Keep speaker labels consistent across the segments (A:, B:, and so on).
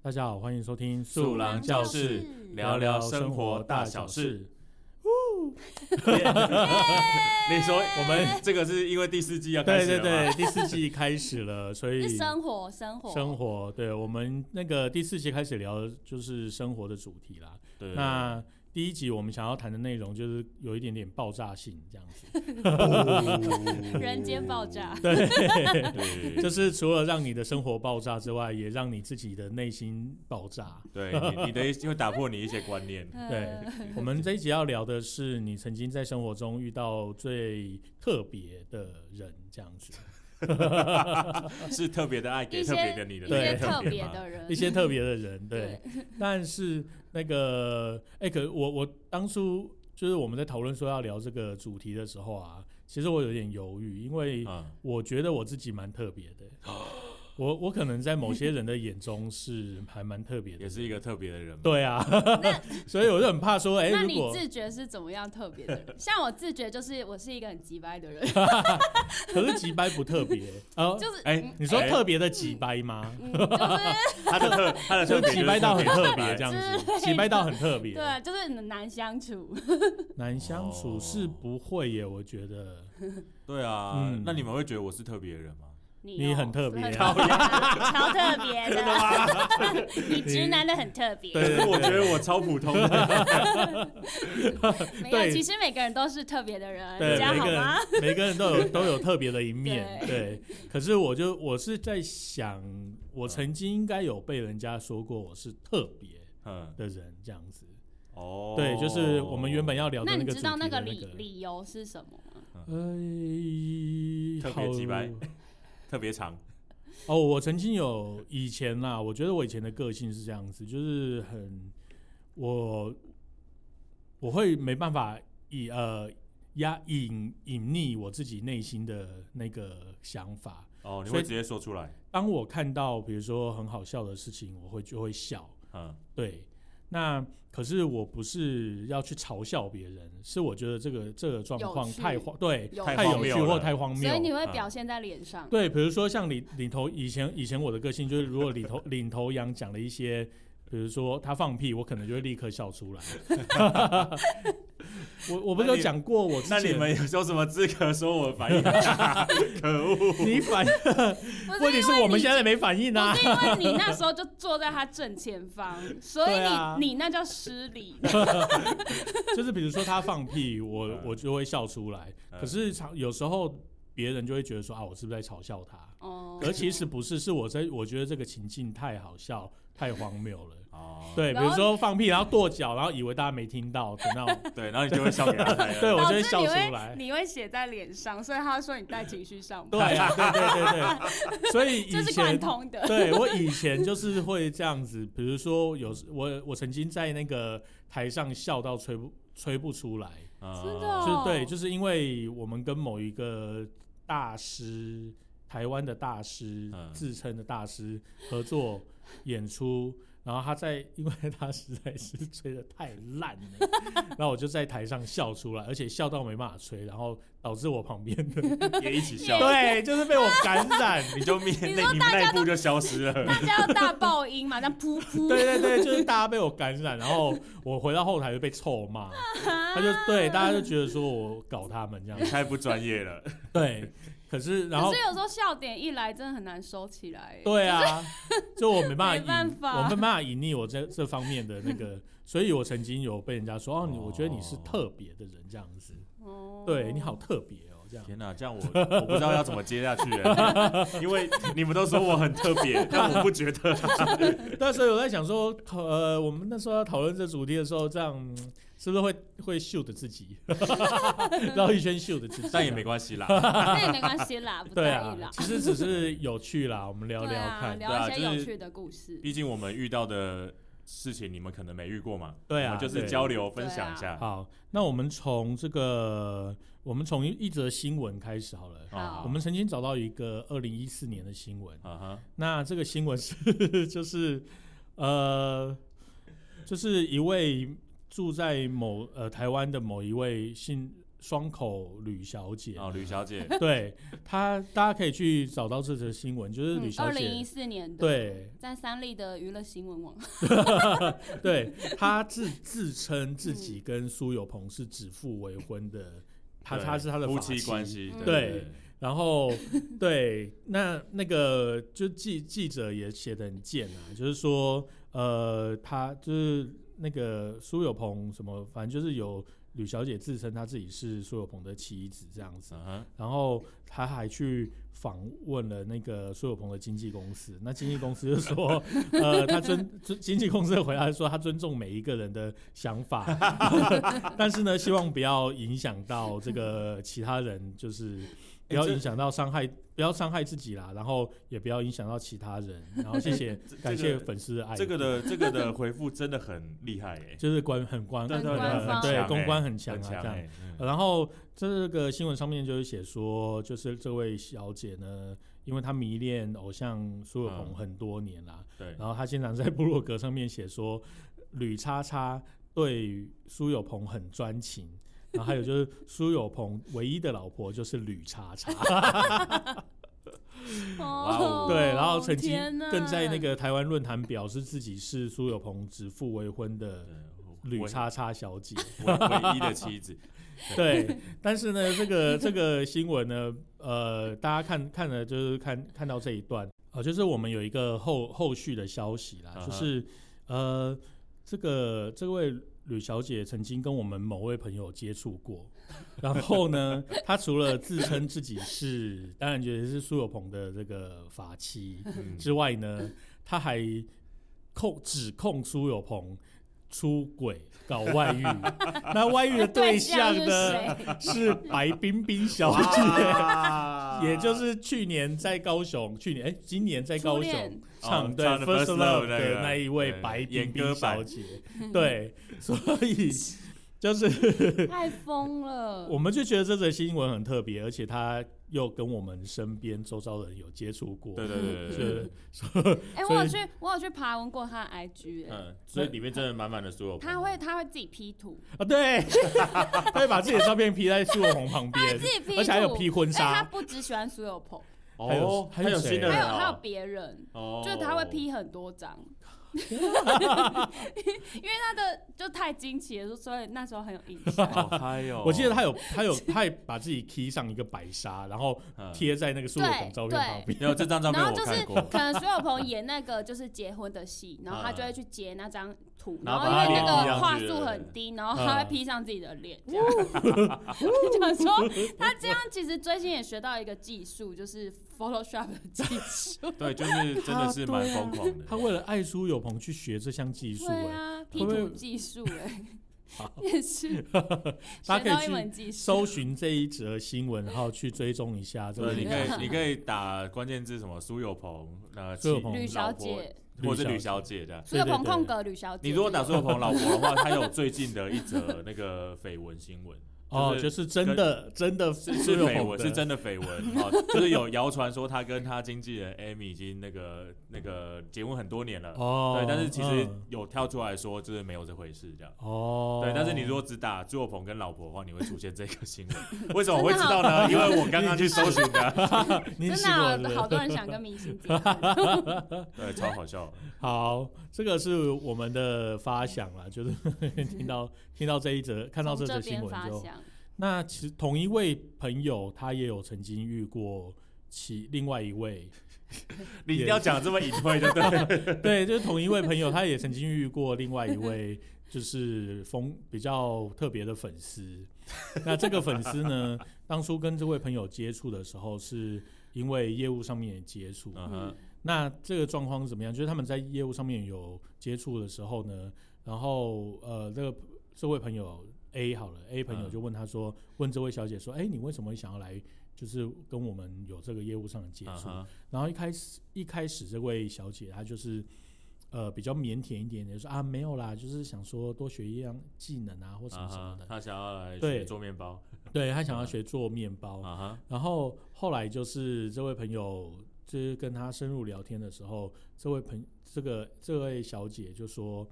A: 大家好，欢迎收听
B: 素郎教室聊聊生活大小事。你说我们这个是因为第四季要开
A: 对
B: 始
A: 对
B: 了吗
A: 对，第四季开始 了，所以
C: 是生活，生活，
A: 生活，对我们那个第四季开始聊就是生活的主题啦。
B: 对
A: 那第一集我们想要谈的内容就是有一点点爆炸性，这样子，
B: 那
C: 人间爆炸，
B: 对
A: 就是除了让你的生活爆炸之外，也让你自己的内心爆炸。
B: 对，你你的因为打破你一些观 念，
C: 嗯
A: 对，我们这一集要聊的是你曾经在生活中遇到最特别的人，这样子，
B: 是特别的爱给
C: 一
B: 特别的
C: 些
B: 你的
C: 一
B: 那
C: 些
B: 个
C: 特别
B: 吗，
C: 的人，
A: 一些特别的人，对
C: 对。，
A: 但是那个，哎、可我我当初就是我们在讨论说要聊这个主题的时候啊，其实我有点犹豫，因为
B: 嗯，
A: 我觉得我自己蛮特 别的。我我可能在某些人的眼中是还蛮特别的
B: 也，是一个特别的人嘛，
A: 对啊， 所以我就很怕说，哎、
C: 那
A: 如
C: 你
A: 果
C: 自觉是怎么样特别的人？像我自觉就是我是一个很急掰 的人，？
A: 可是急掰不特 别啊
C: 就是
B: 哎，
A: 你说
B: 哎
A: 特别的急掰吗？
C: 嗯，就是
B: 他的 特他的嗯特
A: 就
B: 别
A: 急掰到很特别这
B: 样，
A: 样
C: 之
A: 子，急掰到很特别，
C: 对，就是很难相处。
A: 难相处是不会耶，我觉得。
B: 对啊
A: 嗯，
B: 那你们会觉得我是特别的人吗？
A: 你
C: 哦
A: 很特别啊
C: 很特别啊超特别的， 你直男的很特别。
A: 对对对
B: 我觉得我超普通的，
C: 没
A: 对
C: 有，其实每个人都是特别的人，
A: 对，
C: 这样
A: 每
C: 啊好
A: 个
C: 吗？
A: 人 每个人都 有都有特别的一面，对。可是我就我是在想，我曾经应该有被人家说过我是特别
B: 嗯，
A: 的人这样子，
B: 哦，
A: 对，就是我们原本要聊的
C: 那
A: 那
C: 你
A: 个
C: 知道
A: 主题
C: 个
A: 的
C: 理理由是什么吗？
A: 哎，
B: 特别
A: 好
B: 鸡掰特别长，
A: 哦，我曾经有以前啦，我觉得我以前的个性是这样子，就是很我我会没办法以呃压隐隐匿我自己内心的那个想法，
B: 哦，你
A: 所
B: 会
A: 以
B: 直接说出来，
A: 当我看到比如说很好笑的事情，我会就会笑。
B: 嗯，
A: 对，那可是我不是要去嘲笑别人，是我觉得这个这个状况
C: 有趣
A: 太荒对
C: 有
A: 太有
B: 荒
A: 趣
B: 谬
A: 或
B: 了
A: 太荒谬
C: 所以。你会
B: 啊
C: 表现在脸上。
A: 对，比如说像领领头以前以前我的个性就是，如果领头领头羊讲了一些，比如说他放屁，我可能就会立刻笑出来。 我我不是
B: 那
A: 有
B: 你
A: 讲过我之
B: 那你
A: 前
B: 们有有什么资格说我反 应？可恶！
A: 你反应，
C: 不
A: 问题是
C: 因为
A: 我们
C: 你
A: 现在没 反应啊
C: 不。是因为你那时候就坐在他正前方，所以
A: 对
C: 你、
A: 啊
C: 你那叫失礼。
A: 就是比如说他放屁，我
B: 嗯
A: 我就会笑出来。
B: 嗯
A: 可是常有时候别人就会觉得说啊，我是不是在嘲笑他？
C: 哦，
A: 而其实不是，是我在我觉得这个情境太好笑、太荒谬了。
B: 哦，
A: 对，比
C: 然
A: 如
C: 后
A: 说放屁，然后跺脚，然后以为大家没听到，等到
B: 对，然后你就会笑给他看
A: 对我
C: 导
A: 就会
C: 致
A: 笑
C: 你
A: 出
C: 会
A: 来。
C: 你会写在脸上，所以他说你带情绪 上
A: 对
C: 班，
A: 啊，对对对对，所以
C: 这
A: 以
C: 是贯
A: 前
C: 通的。
A: 对我以前就是会这样子，比如说有时我我曾经在那个台上笑到吹不吹不出来，
B: 嗯
C: 真的哦
A: 就是对，就是因为我们跟某一个大师，台湾的大师
B: 嗯
A: 自称的大师合作演出，然后他在，因为他实在是吹的太烂了， 然后我就在台上笑出来，而且笑到没办法吹，然后导致我旁边的，
B: 也一起笑，
A: 对，就是被我感 染。
B: 你就面
C: 你
B: 那
C: 说
B: 你们那一步就消失 了。
C: 大家要大爆音嘛，那噗噗。
A: 对对对，就是大家被我感染，然后我回到后台就被臭骂，他就对大家就觉得说我搞他们这样
B: 你，太不专业了，
A: 对，可是然后
C: 可是有时候笑点一来，真的很难收起来。
A: 对啊，就我没办法隐，
C: 没办法
A: 我没办法隐匿我这这方面的那个，所以我曾经有被人家说，哦，你我觉得你是特别的人这样子，
C: 哦
A: 对你好。特别哦，这样。
B: 天哪！这样 我我不知道要怎么接下去了， 因为你们都说我很特别，但我不觉得。
A: 那时候我在想说，呃，我们那时候要讨论这主题的时候，这样嗯是不是会会秀的自己， 绕一圈秀的自己，啊
B: 但也没关系啦，
C: 那也没关系啦， 不
A: 对
C: 在意
A: 啊
C: 啦，。
A: 其实只是有趣啦，我们聊
C: 对
A: 聊
C: 啊，
A: 看，
C: 聊一些
B: 对啊就是
C: 有趣的故事。
B: 毕竟我们遇到的事情你们可能没遇过嘛。
A: 对啊
B: 我们就是
A: 对
B: 交流分享一下。
A: 好，那我们从这个，我们从一一则新闻开始好了。
B: 啊
C: 好
A: 我们曾经找到一个二零一四年的新闻，
B: 啊哈，
A: 那这个新闻是 就是呃，就是一位住在某呃台湾的某一位姓双口吕小姐，
B: 哦，吕小姐，
A: 对她，大家可以去找到这则新闻，就是
C: 嗯
A: 吕小
D: 嗯二
A: 姐，
D: 零一四年的，，
A: 对
D: 在三立的娱乐新闻网，
A: 对，她自自称自己跟苏有朋是指腹为婚的， 她
B: 对
A: 她是她的
B: 夫
A: 法
B: 妻关系，
D: 嗯
A: 对然后对，那那个就记记者也写的很贱啊，就是说呃，他就是那个苏有朋什么，反正就是有吕小姐自称她自己是苏有朋的妻子这样子，啊
B: 嗯哼，
A: 然后他还去访问了那个苏有朋的经纪公司，那经纪公司就 说，呃，他尊尊经纪公司的回答说，他尊重每一个人的想 法，但是呢，希望不要影响到这个其他人，就是不要
B: 哎这
A: 影响到伤害，不要伤害自己啦，然后也不要影响到其他人，然后谢谢
B: 这
A: 感
B: 这
A: 谢
B: 个
A: 粉丝的爱护，
B: 这个的这个的回复真的很厉害哎，
A: 就是官很官，
B: 对
D: 很官
A: 呃
D: 方
A: 对
B: 强
A: 公
B: 欸
A: 关很强
B: 很
A: 啊，这
B: 强
A: 样。
B: 哎，嗯
A: 然后这个新闻上面就是写说，就是这位小姐呢，因为她迷恋偶像苏有朋
B: 嗯
A: 很多年啦，
B: 对，
A: 然后她经常在部落格上面写说，吕叉叉对苏有朋很专情。然后还有就是苏有朋唯一的老婆就是吕叉 叉，
B: 哦
A: 对，然后曾经
D: 天哪
A: 更在那个台湾论坛表示自己是苏有朋指腹为婚的
B: 对
A: 吕
B: 唯
A: 叉叉小姐。
B: 唯唯一的 妻子，
A: 对，但是呢，这 个这个新闻呢，呃，大家看看了就是看看到这一段，呃，就是我们有一个后后续的消息啦，就
B: 啊哈
A: 是呃，这个这位吕小姐曾经跟我们某位朋友接触过，然后呢，她除了自称自己是，当然觉得是苏有朋的这个法妻
B: 嗯
A: 之外呢，她还控指控苏有朋。出轨搞外遇， 那外遇的对象
D: 是
A: 呢？
D: 谁？
A: 是白冰冰小姐，
D: 啊
B: 哇
A: 也就是去年在高雄，去年哎、今年 在高
D: 初
A: 雄
D: 恋
A: 唱
B: 哦
A: 对
B: 唱
A: 《
B: 的
A: First
B: First
A: Love》
B: Love 那
A: 的
B: 个
A: 那一位
B: 对
A: 白冰
B: 演
A: 冰
B: 歌
A: 小
B: 版
A: 姐，对，所以就是
D: 太疯了！
A: 我们就觉得这则新闻很特别，而且她又跟我们身边周遭人有接触过，
B: 对对对对
A: 就
B: 对
A: 是
B: 对，
D: 哎、我有去，我有去爬文过他的 IG，、哎、
B: 嗯，所以里面真的满满的所有，
D: 他会他会自己 P 图，
A: 啊，对， 她会把自己的照片 P 在苏有朋旁边
D: 自己 P，，图
A: 而且还有 P 婚
D: 哎、他
A: 纱，
D: 不只喜欢苏有朋，
A: 还有
B: 哦，
A: 还
B: 还
A: 有
B: 有
A: 谁啊
B: 新的
D: 还
B: 人
D: 有还有
B: 哦，
D: 别人，
B: 哦
D: 就是他会 P 很 多张， 因为他的就太惊奇了，所以那时候很有印象。
B: 好嗨哦！
A: 我记得她有她有她还把自己 P 上一个白纱，然后
B: 嗯
A: 贴在那个苏有朋照片旁边。
B: 没有这张照片
D: 然后
B: 我
D: 就是
B: 看 过，
D: 可能苏有朋演那个就是结婚的戏，然后他就会去截那张图，
B: 然
D: 然
B: 后
D: 后
B: 把
D: 因为那
A: 他
D: 个
B: 脸 P
D: 画
B: 上去
D: 素很低，然后他会 P 上自己的脸，这样。想说他这样其实追星也学到一个技术，就是 Photoshop 的技术。
B: 对，就是真的是蛮疯狂的。
A: 他为了爱苏有朋去学这项技术、
D: 对
A: 哎、
D: 啊
A: 会
D: ，P
A: 不会
D: 图技术哎、也是
A: 大
D: 学
A: 家
D: 到
A: 可以
D: 一门
A: 去
D: 技术。
A: 搜寻这一则新闻，然后去追踪一下这个
B: 对，你
A: 女
B: 可
A: 孩
B: 以你可以打关键字什么苏有朋，那
A: 苏有朋
D: 吕小，姐，
A: 子，
B: 或者吕
A: 吕
B: 小姐这样。
D: 苏有朋空格吕小姐。
B: 你如果打苏有朋老婆的话，他有最近的一则那个绯闻新闻，
A: 哦，
B: 就
A: 就
B: 是
A: 是真的真的
B: 是
A: 苏
B: 是
A: 有
B: 绯
A: 朋
B: 闻，是真的 绯闻啊，就是有谣传说他跟他经纪人 Amy 已经那个那个结婚很多年了，
A: 哦，
B: 对，但是其实
A: 嗯
B: 有跳出来说就是没有这回事这样。
A: 哦，
B: 对，但是你如果只打朱有鹏跟老婆的话，你会出现这个新闻。为什么我会知道呢？因为我刚刚去搜寻的。
A: 你
D: 真
A: 试过是不是
D: 的啊好好多人想跟明星结婚。
B: 对，超好笑。
A: 好，这个是我们的发想啦，就是 听到听到这一则，看到这
D: 从
A: 则
D: 这
A: 新
D: 边
A: 闻
D: 发
A: 之后，
D: 想，
A: 那其实同一位朋友他也有曾经遇过其另外一位
B: 你一定要讲这么隐晦的，对。
A: 对，就是同一位朋友，他也曾经遇过另外一位，就是风比较特别的粉丝。那这个粉丝呢，当初跟这位朋友接触的时候，是因为业务上面也接触。
B: 嗯哼，
A: 那这个状况是怎么样？就是他们在业务上面有接触的时候呢，然后呃，这个这位朋友 A 好了，A 朋友
B: 嗯
A: 就问他说，问这位小姐说，哎、你为什么会想要来，就是跟我们有这个业务上的接
B: 嗯
A: 触？
B: 哼，
A: 然后一开始一开始这位小姐她就是呃比较腼腆一点点，就说啊没有啦，就是想说多学一样技能啊或什么
B: 嗯
A: 什么
B: 哼嗯
A: 的。
B: 他想要来
A: 对哦
B: 学做面包。
A: 对她想要学做面包，
B: 啊哈，
A: 然后后来就是这位朋友就是跟她深入聊天的时候，这位朋这个这位小姐就说。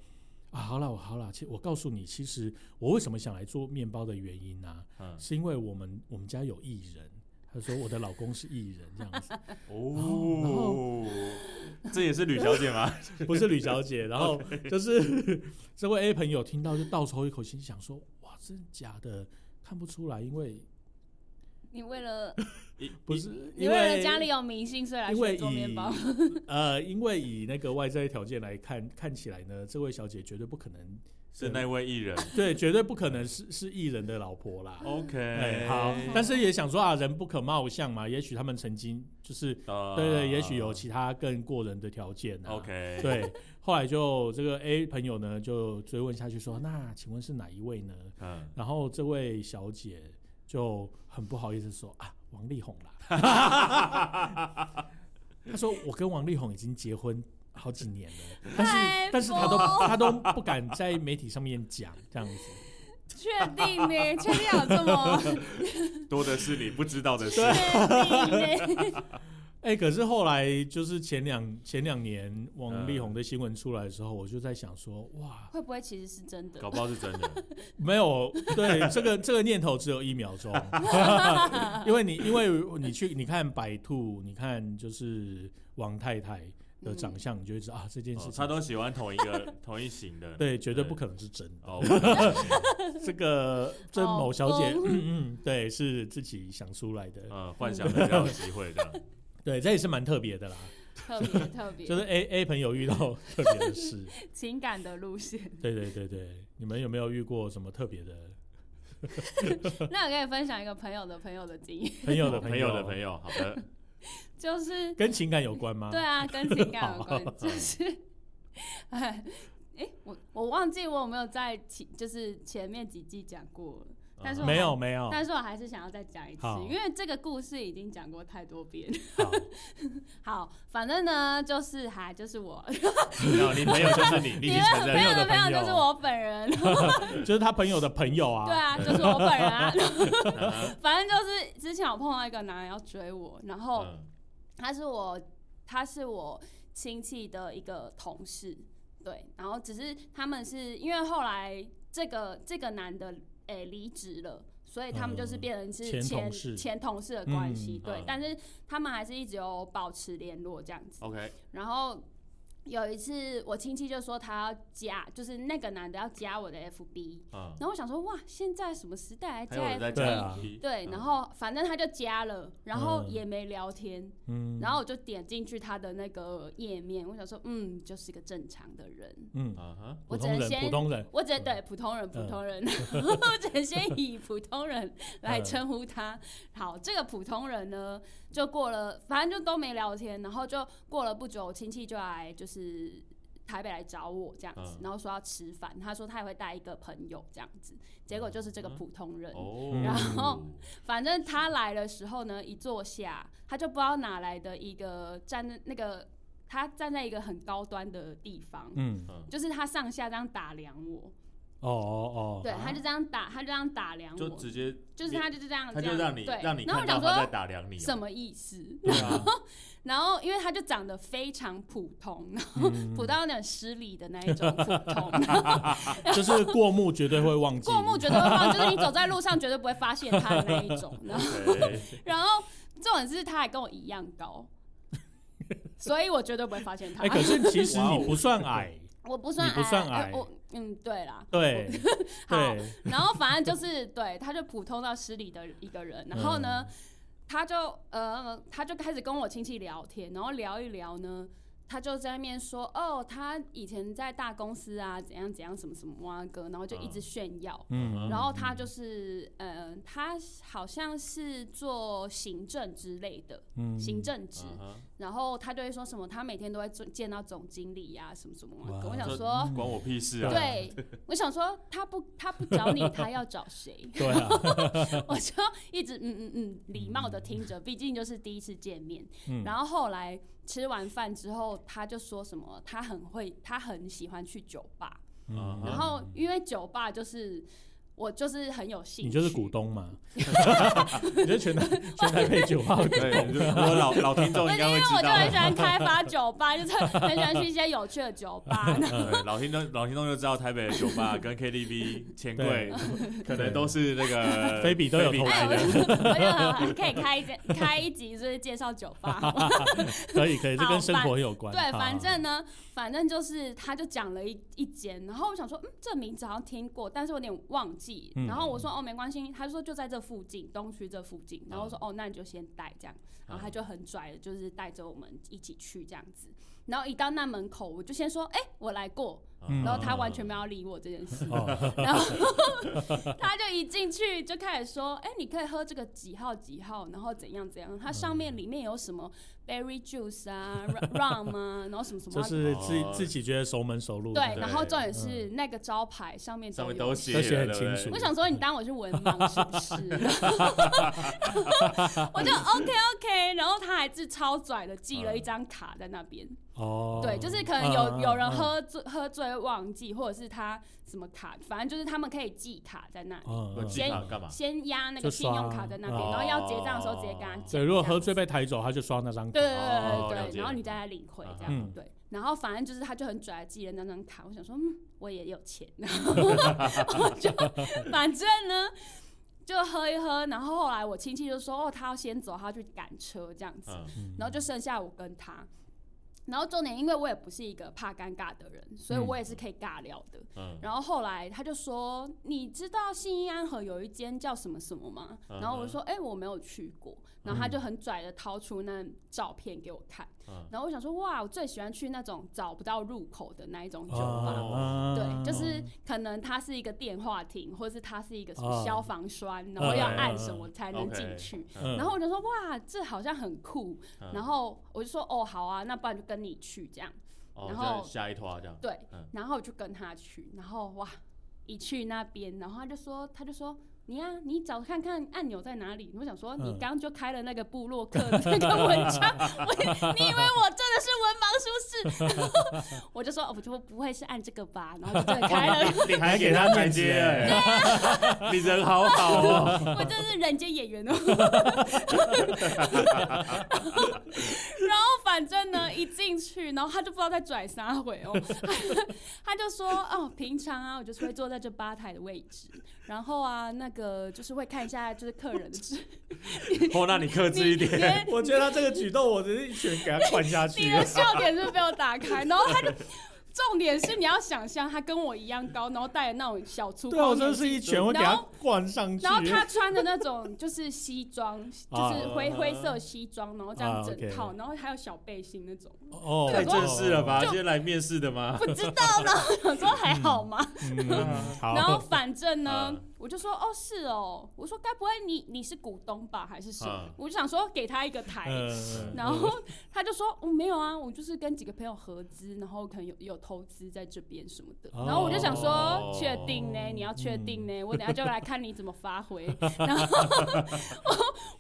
A: 啊，好了，我好了，其我告诉你，其实我为什么想来做面包的原因呢、
B: 嗯，
A: 是因为我们我们家有艺人。他说我的老公是艺人，这样子，
B: 哦，这也是吕小姐 吗？
A: 不是吕小姐。然后就是 这位 A 朋友听到就倒抽一口气，想说哇，真的假的？看不出来，因为
D: 你为了
A: 不是
D: 你
A: 因
D: 为
A: 为
D: 了家里有明星，所以来
A: 因为
D: 学做面
A: 以
D: 包。
A: 呃，因为以那个外在条件来看，看起来呢，这位小姐绝对不可能，
B: 是那位艺人。
A: 对，绝对不可能是是艺人的老婆啦。
B: OK，
A: 哎，好，但是也想说啊，人不可貌相嘛，也许他们曾经就是，
B: 呃
A: 对对，也许有其他更过人的条件啊。
B: OK，，
A: 对，后来就这个 A 朋友呢就追问下去说，那请问是哪一位呢？
B: 嗯，
A: 然后这位小姐就很不好意思说啊，王力宏啦。 她说我跟王力宏已经结婚好几年了，但是
D: 太
A: 但是她都
D: 疯
A: 她都不敢在媒体上面讲这样子。
D: 确定呢？确定有 这么
B: 多的是你不知道的事。
D: 确定呢？
A: 哎、可是后来就是前两前两年王力宏的新闻出来的时候，我就在想说，哇，
D: 会不会其实是真的？
B: 搞不好是真的，
A: 没有，对这个这个念头只有一秒钟，因为你因为你去你看白兔，你看就是王太太的长相，你就会知道啊这件事
B: 哦
A: 情，
B: 他都喜欢同一 个同一型的。
A: 对绝对不可能是真的。
B: 哦，我
A: 这个这
D: 好哦
A: 某小姐，
D: 疯
A: 嗯嗯，对，是自己想出来的，
B: 呃，幻想的这样的机会这样。
A: 对，这也是蛮特别的啦，
D: 特别特别，
A: 就是 A A 朋友遇到特别的事，
D: 情感的 路线。
A: 对对对对，你们有没有遇过什么特别的
D: 那我跟你分享一个朋友的朋友的经验，
A: 朋友的
B: 朋友
A: 友
B: 的朋友，好的，
D: 就是
A: 跟情感有关吗？
D: 对，啊，跟情感有关，就是， 哎，诶我我忘记我有没有在前就是前面几季讲过了，但是我
A: 没有没有，
D: 但是我还是想要再讲一次
A: 好，
D: 因为这个故事已经讲过太多遍。
A: 好
D: 好，反正呢，就是还就是我，
B: 然后你朋友就 是你，你已经
D: 们
B: 承
D: 朋
B: 认
D: 友
B: 了。
D: 的朋
A: 朋友
D: 友就是我 本人，
A: 就是他朋友的朋友啊，
D: 对啊，就是我本人啊。
B: 嗯
D: 反正就是之前我碰到一个男人要追我，然后
B: 嗯
D: 他是我，他是我亲戚的一个同事，对，然后只是他们是因为后来这个这个男的诶离职了，所以他们就是
A: 嗯
D: 变成
A: 前
D: 是
A: 同
D: 前
A: 事
D: 前同事的关系
A: 嗯，
D: 对
B: 嗯，
D: 但是他们还是一直有保持联络这样子。
B: OK，
D: 然后有一次我亲戚就说他要加，就是那个男的要加我的 FB，
B: 嗯，
D: 然后我想说哇，现在什么时代还
B: 还有
D: 加
B: 人在
D: FB？
A: 对
B: 讲
A: 啊
D: 对，
B: 嗯
D: 然后反正他就加了，然后
A: 嗯
D: 也没聊天，
A: 嗯，
D: 然后我就点进去他的那个页面，我想说，嗯，就是个正常的人，
A: 嗯，
B: 嗯哼，
A: 普
D: 我只
A: 通
D: 能
A: 人，普
D: 先，
A: 通人，
D: 我只能对普通人，普
B: 嗯
D: 通人， 我只能先以普通人来称呼他。好，这个普通人呢，就过了，反正就都没聊天，然后就过了不久，我亲戚就来就是台北来找我这样
B: 嗯，
D: 子然后说要吃饭，他说他也会带一个朋友这样子，结果就是这个
B: 嗯
D: 普通人，
B: 哦，
A: 然
D: 后反正他来的时候呢，一坐下，他就不知道哪来的一个站在那个，他站在一个很高端的地方，
A: 嗯，
D: 就是他上下这样打量我，
A: 哦哦哦，
D: 对，他就这样打，他就这样打量我，
B: 啊就
D: 就
B: 直接
D: 是他就是这样，
B: 他
D: 这
B: 就
D: 样
B: 让你
D: 对，
B: 让你
D: 然后
B: 看
D: 我
B: 到
D: 想
B: 他在
D: 说
B: 打量你哦，
D: 什么意思？
A: 对啊，
D: 然后因为他就长得非常普通，然后
A: 嗯
D: 普到有点失礼的那 一种普通，
A: 就是过目绝对会忘记，
D: 过目绝对会忘，就是你走在路上绝对不会发现他的那一 种，然后。
B: 对，
D: 然后重点是他还跟我一样高，所以我绝对不会发现他。
A: 哎，可是其实你不算矮，
D: 我不算
A: 你不
D: 矮，
A: 算
D: 哎
A: 矮
D: 我嗯对啦。
A: 对
D: 好
A: 对，
D: 然后反正就是对，他就普通到失礼的一个人。然后
A: 嗯
D: 呢，他就呃，他就开始跟我亲戚聊天，然后聊一聊呢。他就在那边说，哦，他以前在大公司啊，怎样怎样，什么什么哇哥，然后就一直炫耀，
A: 嗯，
D: 然后他就是，嗯、他好像是做行政之类的，
A: 嗯
D: 行政职，
B: 嗯哼
D: 然后他就会说什么，他每天都会见见到总经理呀、什么什么
A: 哇？
D: 啊。我想
B: 这
D: 说，
B: 关我屁事啊，
D: 对，我想说他不他不找你，他要找谁
A: 对啊，
D: 我就一直嗯嗯嗯，礼貌的听着，毕竟就是第一次见面。
A: 嗯
D: 然后后来吃完饭之后，他就说什么，他很会，他很喜欢去酒吧。
A: 嗯
D: 然后因为酒吧就是。我就是很有兴趣。
A: 你就是股东 嘛？你就全台全台配九号股
B: 对，
A: 东
B: 就，我老老听众应
D: 不是
B: 该会
D: 因为我
B: 知
D: 就
B: 道
D: 很。喜欢开发酒吧，就是很喜欢去一些有趣的酒吧。
B: 对老听众老听众就知道台北的酒吧跟 KTV 钱柜
A: 对
B: 可能都是 那个
A: 菲比都有
B: 菲
A: 投资
B: 比
D: 哎，
B: 开的。
D: 我就我就很好可以开一间开一集，就是介绍酒吧。
A: 可以可以，这跟生活很有关。
D: 对，
A: 好
D: 反正呢，反正就是他就讲了一一间，然后我想说，嗯，这名字好像听过，但是我有点忘记。
A: 嗯
D: 然后我说，哦，没关系，他就说就在这附近，东区这附近。然后我
A: 嗯
D: 说，哦，那你就先带这样。然后他就很拽的，就是带着我们一起去这样子。然后一到那门口，我就先说，哎、我来过。
A: 嗯
D: 然后他完全没有理我这件事。
A: 哦，
D: 然后他就一进去就开始说：“哎、你可以喝这个几号几号，然后怎样怎样。它上面里面有什么 berry juice 啊、rum 啊，然后什么什么。
A: 就是自
B: 哦
A: 自己觉得熟门熟路。
D: 对，
B: 对
D: 然后重点是那个招牌上面
B: 上面
D: 有
B: 都
A: 都
B: 写
A: 写
B: 了
A: 很
B: 对不对
A: 清楚
D: 我想说，你当我是文盲是 不是？然后我就 OK OK，然后他还是超拽的寄了一张卡在那边。
A: 哦，
D: 对，就是可能有、
A: 嗯
D: 有
A: 嗯
D: 人。
A: 嗯
D: 喝醉、喝醉忘记，或者是他什么卡，反正就是他们可以寄卡在那里。
A: 嗯，
B: 我
A: 嗯
B: 记卡干嘛？
D: 先压那
A: 就
D: 个信用
A: 刷
D: 卡在那边，
A: 哦
D: 然后要结账的时候直接跟他
A: 对，
D: 讲。
A: 如果
D: 这样
A: 喝醉被抬走，他就刷那张卡
D: 对。对
B: 哦
D: 对对
B: 了
D: 对
B: 解
D: 对，然后你再来领回这
A: 嗯
D: 样对。然后反正就是他就很拽地寄了那张卡，我想说，嗯，我也有钱，然后 我就反正呢。就喝一喝，然后后来我亲戚就说，哦，他要先走，他要去赶车这样子，
B: 嗯，
A: 嗯
D: 然后就剩下我跟他。然后重点，因为我也不是一个怕尴尬的人，所以
A: 嗯
D: 我也是可以尬聊的。
B: 嗯，
D: 然后后来他就说：“你知道信义安和有一间叫什么什么吗？”
B: 嗯
D: 然后我就说：“哎、我没有去过。”然后他就很拽的掏出那照片给我看。
B: 嗯
D: 然后我想说：“哇，我最喜欢去那种找不到入口的那一种酒吧。
B: 哦嗯
D: 对，就是可能它是一个电话亭，或是它是一个什
A: 哦
D: 么消防栓，然
B: 嗯
D: 后要按什么才能
B: OK
D: 进去。
A: 嗯
D: 然后我就说：“哇，这好像很酷。
B: 嗯
D: 然后我就说：“哦，好啊，那不然就跟你去这样。”
B: 哦
D: 然后
B: 就下一拖 这样，
D: 对
B: 嗯，
D: 然后我就跟他去，然后哇，一去那边，然后他就说，他就说。你呀、你找看看按钮在哪里？我想说，
A: 嗯
D: 你刚刚就开了那个部落客的那个文章，我你以为我真的是文盲是不是？然后我就说，哦我就不会是按这个吧？然后就真的开了，
B: 你还给他台 阶欸，
A: 哎
B: 你人好好 哦。
D: 我真是人间演员哦。然后反正呢，一进去，然后他就不知道在拽啥回哦， 他就说哦，平常啊，我就是会坐在这吧台的位置，然后啊，那个就是会看一下就是客 人的质，
B: 哦，那你克制一点，
D: 你
A: 我觉得他这个举动，我只是一拳给他灌下
D: 你的笑点是被我打开，然后他就。重点是你要想象他跟我一样高，然后戴着那种小粗
A: 对啊，
D: 框
A: 我真
D: 眼
A: 的是
D: 镜，
A: 一拳，我给他灌上去。
D: 然后他穿的那种就是 西装，就是灰
B: 啊
D: 灰色西装，然后这样
A: 啊
D: 整
A: ，OK
D: 套，然后还有小背心 那种，
A: 哦，
B: 太正式了吧？
D: 就
B: 今天来面试的吗？
D: 不知道呢，我说还好吗？
A: 嗯，好。啊
D: 然后反正呢
B: 嗯，
D: 我就说哦是哦，我说该不会你你是股东吧还是什么
B: 嗯？
D: 我就想说给他一个台，
A: 啊 嗯，
D: 然后他就说我、哦没有啊，我就是跟几个朋友合资，然后可能有有投资在这边什么的。
A: 哦
D: 然后我就想说
B: 哦，
D: 确定呢？你要确定 呢？我等下就来看你怎么发挥。 然后我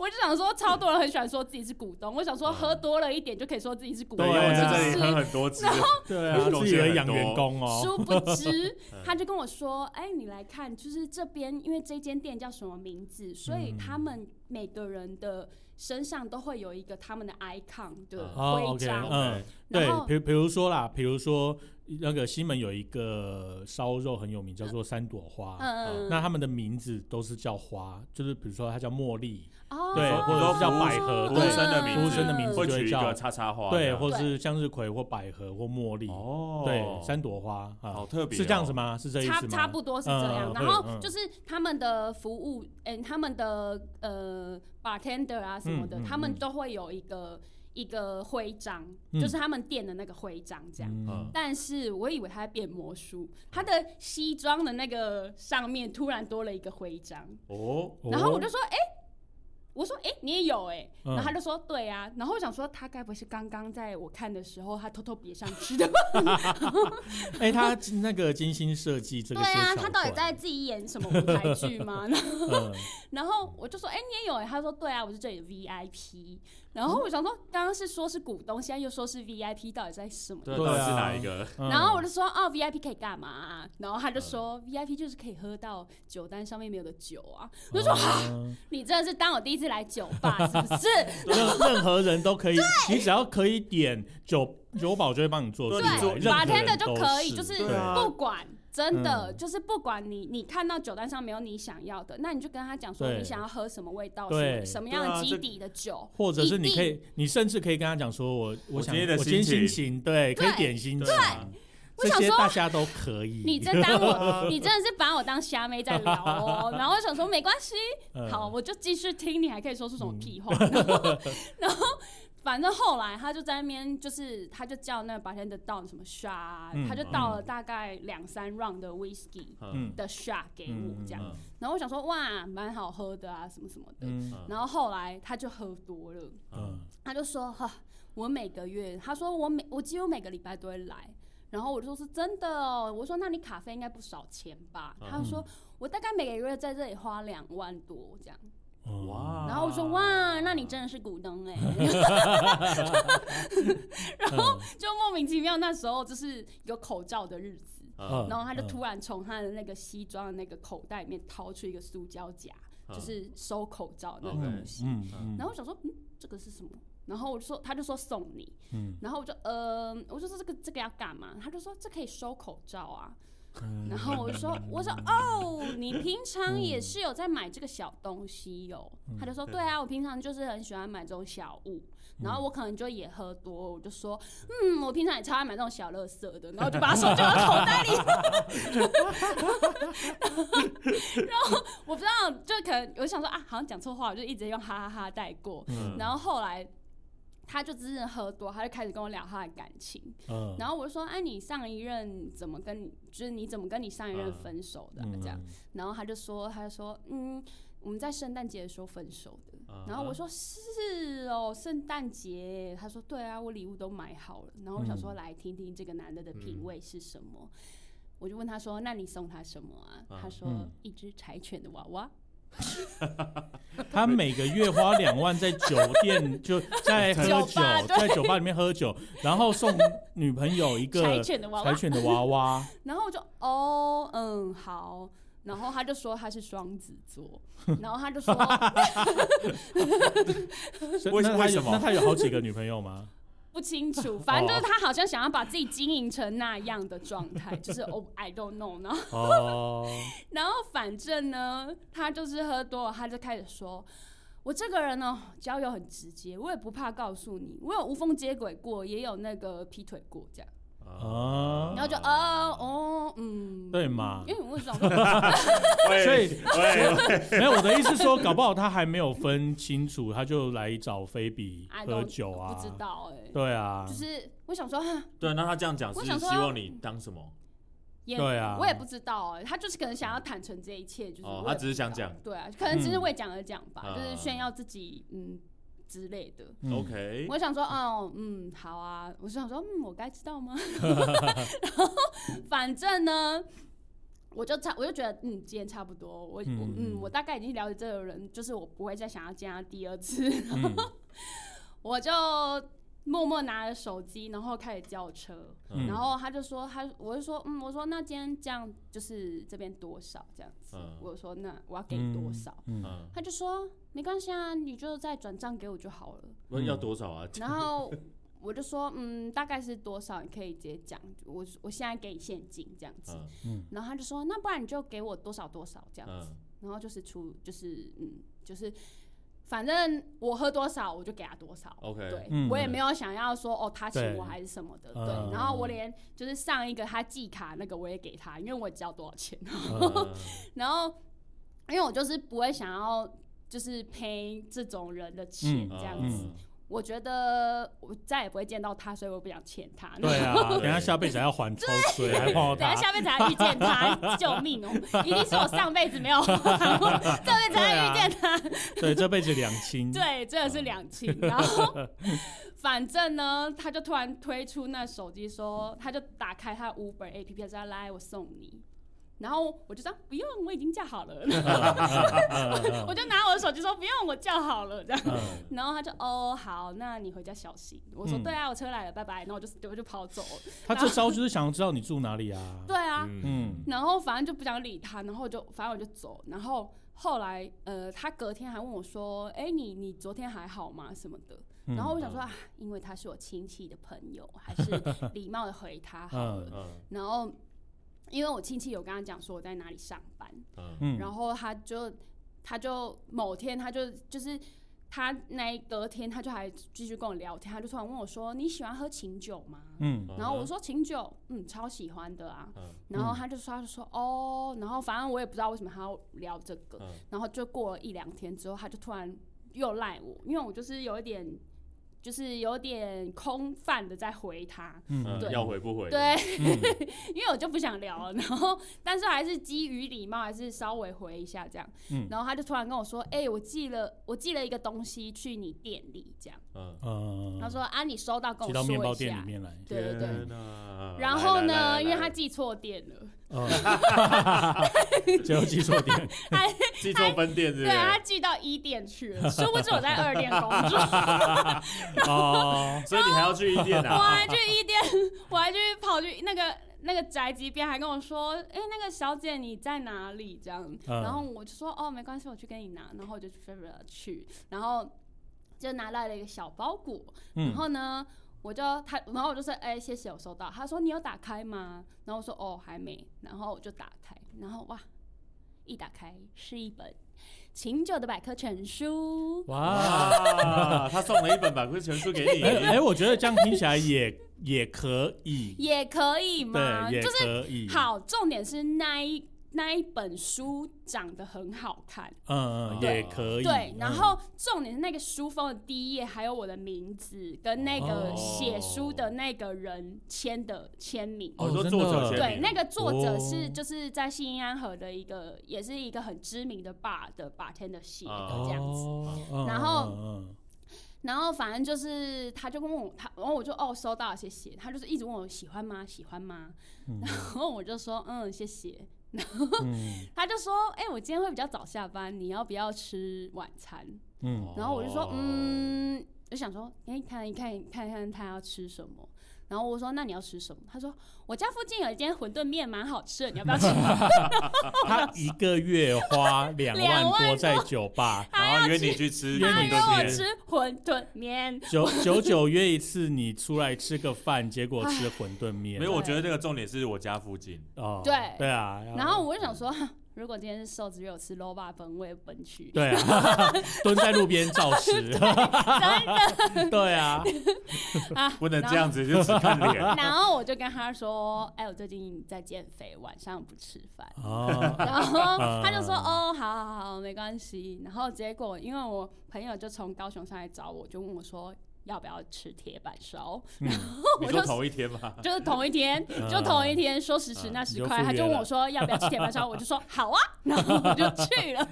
D: 我就想说，超多人很喜欢说自己是股东，我想说
B: 嗯
D: 喝多了一点就可以说自己是股东，
B: 对，因为我在这
A: 啊
B: 里
D: 是
B: 喝很多支，
A: 对啊，自己来养员工哦。
D: 殊不 知
B: 嗯，
D: 他就跟我说：“哎、你来看，就是这边，因为这间店叫什么名字，所以
A: 嗯
D: 他们每个人的身上都会有一个他们的 icon 的
A: 哦
D: 徽
A: ，OK，
D: 章。
A: 嗯
B: 嗯，
A: 对
D: 然，后
A: 比比如说啦，比如说那个西门有一个烧肉很有名，叫做三朵花。
D: 嗯，
A: 哦那他们的名字都是叫花，就是比如说它叫茉莉，
D: 哦
A: 对或者是叫百合
B: 服务
A: 对
B: 生的名字，
A: 服务生的名字
B: 会
A: 就会
B: 取一
A: 叫
B: 个叉叉花这
A: 对，
B: 样，
A: 或是向日葵或百合或茉莉，
B: 哦，
A: 对，三朵花啊
B: 好，特别哦，
A: 是这样子吗？是这意
D: 差
A: 思吗？
D: 差不多是这
A: 嗯
D: 样，
A: 嗯
D: 然后
A: 嗯
D: 就是他们的服务，嗯、他们的呃 bartender 啊什么的，
A: 嗯嗯
D: 他们
A: 嗯
D: 都会有一个一个徽章，
A: 嗯
D: 就是他们店的那个徽章这样。
A: 嗯
D: 但是我以为他在变魔术，他的西装的那个上面突然多了一个徽章，
B: 哦，
A: 哦
D: 然后我就说，哎、我说，哎、你也有哎、
A: 嗯
D: 然后他就说，对啊，然后我想说，他该不会是刚刚在我看的时候，他偷偷别上去的吧？
A: 哎、他那个精心设计 这
D: 对
A: 个些
D: 啊，
A: 桥
D: 他到底
A: 段
D: 在自己演什么舞 台剧吗？然后
A: 嗯
D: 然后我就说，哎、你也有哎、他说，对啊，我是这里的 VIP。然后我想说，刚刚是说是股东，现在又说是 VIP，到底在什么？
B: 哦对，
A: 对
B: 到底是
A: 啊
B: 哪一个？
A: 嗯
D: 然后我就说哦，VIP 可以干嘛啊、然后他就说、VIP 就是可以喝到酒单上面没有的酒啊。我就说、
A: 嗯
D: 你真的是当我第一次来酒吧是不是？
A: 任任何人都可以，你只要可以点酒酒保就会帮你做出
B: 对
A: 来，
B: 做
A: 任
D: 白
A: 何
D: 天的
A: 人
D: 就
A: 都
D: 可以，
A: 是
D: 就是
B: 对啊
D: 不管，真的、
A: 嗯
D: 就是不管你你看到酒单上没有你想要的，那你就跟他讲说
A: 对
D: 你想要喝什么味道，什
A: 对
D: 么什么样
B: 对啊
D: 的基
B: 这
D: 底的酒，
A: 或者是你可
D: 一
A: 以，你甚至可以跟他讲说我，我
B: 我
A: 想
B: 今天的
A: 我今天
B: 心
A: 心
B: 情
A: 情，对，可以
D: 对
A: 点心情，
B: 对啊
D: 我
A: 这
D: 想
A: 些
D: 说
A: 大家都可以。
D: 你真当我，你真的是把我当虾妹在 聊哦。然后我想说没关系，
A: 嗯
D: 好，，我就继续听，你还可以说出什么屁话？然后， 然后反正后来他就在那边，就是他就叫那个白天的倒什么 shot，、啊
A: 嗯
D: 他就倒了大概两三 round 的 whisky
A: 嗯
D: 的 shot 给我这样。
B: 嗯
D: 然后我想说哇，蛮好喝的啊，什么什么的。
A: 嗯
D: 然后后来他就喝多了，
B: 嗯，
A: 嗯
D: 他就说哈，我每个月，他说我每我几乎每个礼拜都会来。然后我就说是真的哦，我说那你卡费应该不少钱吧？
B: 嗯
D: 他就说我大概每个月在这里花两万多这样。
A: 嗯
B: 哇，
D: 然后我说哇，那你真的是股东 哎、然
A: 嗯
D: 后就莫名其妙那时候就是有口罩的日子，
A: 嗯
D: 然后他就
A: 嗯
D: 突然从他的那个西装的那个口袋里面掏出一个塑胶夹，
B: 嗯
D: 就是收口罩那个东西。
A: 嗯嗯，
D: 然后我想说，嗯，这个是什么？然后我就说，他就说送你，
A: 嗯
D: 然后我就呃，我就说这个这个要干嘛？他就说这可以收口罩啊。
A: 嗯
D: 然后我就说，我说哦，你平常也是有在买这个小东西哟、他就说，对啊，我平常就是很喜欢买这种小物，然后我可能就也喝多，我就说，嗯，我平常也超爱买这种小乐色的，然后就把手就到口袋里。然后我不知道，就可能我想说啊，好像讲错话，我就一直用哈哈哈带过。
B: 嗯
D: 然后后来他就真的喝多，他就开始跟我聊他的感情。
A: 嗯
D: 然后我就说：“哎、你上一任怎么跟你，就是你怎么跟你上一任分手的啊、这样，，然后他就说：“他就说，嗯，我们在圣诞节的时候分手
B: 嗯
D: 的。”然后我说：“是哦，圣诞节。”他说：“对啊，我礼物都买好了。”然后我想说：“来听听这个男的的品味是什么。我就问他说：“那你送他什么啊？”
B: 嗯
D: 他说：“
A: 嗯
D: 一只柴犬的娃娃。
A: 他每个月花两万在酒店就在喝
D: 酒
A: 酒
D: 吧，对
A: 在酒吧里面喝酒，然后送女朋友一”
D: 柴
A: 个
D: 犬的娃
A: 柴
D: 娃。
A: 犬的娃娃，
D: 然后我就哦，嗯，好。然后他就说他是双子座，然后他就说
A: 所以
B: 为
A: 那他
B: 为
A: 有
B: 什么
A: 那他有好几个女朋友 吗？
D: 不清 楚，反正就是他好像想要把自己经营成那样的状 态，就是哦、I don't know。然后，
A: 哦，
D: 然后反正呢，他就是喝多了，他就开始说。我这个人呢、交友很直接，我也不怕告诉你，我有无缝接轨过，也有那个劈腿过，这样，
A: 啊
D: 然后就哦哦嗯，
A: 对嘛
D: 因为我想，
A: 所
B: 所
A: 以
B: 以喂，
A: 没有，我的意思是说，搞不好他还没有分清楚，他就来找菲比
D: I
A: 喝
D: don't
A: 酒啊，
D: 不知道哎、
A: 对啊，
D: 就是我想说， 哈
B: 对，那他这样讲是
D: 我想
B: 希
D: 说
B: 望你当什么？
D: 也
A: 对啊
D: 我也不知道哎、他就是可能想要坦诚这一切，就是、
B: 哦，他只是想讲。
D: 对啊，可能只是
A: 嗯
D: 为讲而讲吧，就是
B: 啊
D: 炫耀自己嗯之类的。
A: 嗯
B: OK，
D: 我想说，哦，嗯，好啊。我是想说，嗯，我该 知道吗？然后反正呢，我就差，我就觉得，嗯，今天差不多。我，我
A: 嗯
D: 嗯，我大概已经了解这个人，就是我不会再想要见他第二次。
A: 嗯
D: 我就默默拿着手机，然后开始叫车。
A: 嗯
D: 然后他就说，他我就说，嗯，我说那今天这样就是这边多少这样子？
B: 嗯
D: 我说那我要给多少？
A: 嗯
B: 嗯，
D: 他就说没关系啊，你就再转账给我就 好了。
B: 不
A: 嗯
B: 要多少啊？
D: 然后我就说，嗯，大概是多少？你可以直接讲，我我现在给你现金这样子。
B: 嗯
D: 然后他就说，那不然你就给我多少多少这样子。
B: 嗯
D: 然后就是出，就是嗯，就是反正我喝多少我就给他多少。
B: ，OK，
D: 对、
A: 嗯
D: 我也没有想要说哦，他请
A: 对
D: 我还是什么的，对。
A: 嗯
D: 然后我连就是上一个他寄卡那个我也给他，因为我也知道多少钱。
A: 呃
B: 嗯
D: 然后因为我就是不会想要就是赔这种人的钱
A: 嗯
D: 这样子，
A: 嗯，
D: 我觉得我再也不会见到他，所以我不想欠他。
A: 对 啊，
B: 对
A: 等一下下辈子还要还抽水，还碰到
D: 等一下
A: 他，
D: 下辈子还遇见 他，救命哦！一定是我上辈子没有还过，这辈子还遇见他。
A: 对，啊这辈子两清，
D: 对，真的是两清。然后反正呢，他就突然推出那手机说，他就打开他 Uber APP 说：“来，我送你。”然后我就这样不用，我已经叫好了，
A: 嗯
D: 我就拿我的手机说不用，我叫好了这样。
A: 嗯
D: 然后他就哦好，那你回家小心。我说、
A: 嗯
D: 对啊，我车来了，拜拜。然后我就我就跑走了。
A: 他这招就是想要知道你住哪里啊。
D: 对啊，
B: 嗯，
A: 嗯，
D: 然后反正就不想理他，然后我就反正我就走。然后后来呃，他隔天还问我说：“哎、你你昨天还好吗？”什么的。
A: 嗯
D: 然后我想说啊，因为他是我亲戚的朋友，还是礼貌的回他好了。
B: 嗯
D: 然后因为我亲戚有跟他讲说我在哪里上班，
B: 嗯
A: 嗯，
D: 然后他就他就某天他就就是。他那一隔天，他就还继续跟我聊天，他就突然问我说：“你喜欢喝琴酒吗？”
A: 嗯
B: 嗯
D: 然后我说琴酒，嗯，超喜欢的啊。
B: 嗯
D: 然后他就说，他就说哦，然后反正我也不知道为什么他要聊这个。
B: 嗯
D: 然后就过了一两天之后，他就突然又赖我，因为我就是有一点，就是有点空泛的在回他，
A: 嗯
B: 嗯，
D: 对
B: 要回不回？
D: 对，
A: 嗯
D: 因为我就不想聊了。然后，但是还是基于礼貌，还是稍微回一下这样。
A: 嗯
D: 然后他就突然跟我说，哎、我寄了，我寄了一个东西去你店里，这样。
B: 嗯，
A: 嗯，
D: 他说啊，你收到跟
A: 骑
D: 我
A: 到面
D: 说
A: 包
D: 一
A: 店里
D: 下。
A: 面来。
D: 对对对。
B: 天哪
D: 然后
B: 呃来来来
D: 呢，
B: 来
D: 因为他寄错店了。
A: 嗯，呃 结果记错点。
B: 记错分店是不
D: 对啊他
B: 是？
D: 寄到一店 去了，殊不知我在二店工作，
A: 哦，
B: 所以你还要去一店
D: 我
B: 啊？
D: 还去一店，我还去跑去那个那个宅急便，还跟我说，哎、那个小姐你在哪里？这样，
A: 嗯
D: 然后我就说，哦，没关系，我去跟你拿，然后我就去去，然后就拿到了一个小包裹，然
A: 嗯
D: 后呢，我就他，然后我就说，哎、谢谢，我收到。他说你有打开吗？然后我说哦，还没。然后我就打开，然后哇，一打开是一本琴酒的百科全书。
A: 哇，
B: 啊，他送了一本百科全书给你，
A: 哎哎，我觉得这样听起来也也可以，
D: 也可以吗？
A: 对，也
D: 就是
A: 可以。，
D: 好，重点是那一那一本书长得很好看，
A: 嗯嗯，
B: 对
A: 也可以。
D: 对，
A: 嗯
D: 然后重点是那个书封的第一页还有我的名字跟那个
A: 哦
D: 写书的那个人签的签名。
B: 哦，
A: 哦
B: 说
A: 真的
B: 作者
A: 签
D: 对，
B: 签名
D: 那个作者
A: 哦
D: 是就是在新英安河的一个，也是一个很知名的 bar 的 bartender 写的这样子。
A: 哦嗯
D: 然后
A: 嗯嗯
D: 然后反正就是，他就问我，他然后我就哦收到了，谢谢。他就是一直问我喜欢吗？喜欢吗？
A: 嗯
D: 然后我就说嗯，谢谢。
A: 嗯
D: 他就说：“哎、我今天会比较早下班，你要不要吃晚餐
A: 嗯？”
D: 然后 我就说
B: 哦：“
D: 嗯，我想说，哎、看一看看一看他要吃什么。”然后我说：“那你要吃什么？”他说：“我家附近有一间馄饨面，蛮好吃的，你要不要吃
A: 他一个月花两
D: 两
A: 万
D: 万，
A: 多在酒吧
D: 他
B: 然后
D: 要
B: 约
D: 吃
B: 你去吃
A: 约
D: 他
A: 你
B: 馄
D: 约我
B: 饨
D: 吃
B: 面，
D: 馄饨 面。
A: 九九九约一次，你出来吃个饭，结果吃馄饨面。
B: 没有，我觉得这个重点是我家附近，
A: 哦，
D: 对
A: 对啊，
D: 然后我就想说， 哼如果今天是瘦子约我吃 low 吧，本位本区，
A: 对啊， 蹲在路边照吃， 对啊，
B: 不能这样子就只 看脸。
D: 啊然后我就跟他说：“哎、我最近在减肥，晚上不吃饭。”
A: 哦，
D: 然后他就说：“
A: 啊
D: 哦，好好好，没关系。”然后结果，因为我朋友就从高雄上来找我，就问我说：“要不要吃铁板烧
B: 你说同一天
A: 啊
B: 吗？”？
D: 就是同 一天，
A: 嗯
D: 就同一天，说时迟
B: 嗯
D: 那时
A: 有
D: 快，
A: 赴
D: 他
A: 约
D: 就问
A: 了
D: 我说：“要不要吃铁 板烧？”我就说：“好啊。”然后我就去了，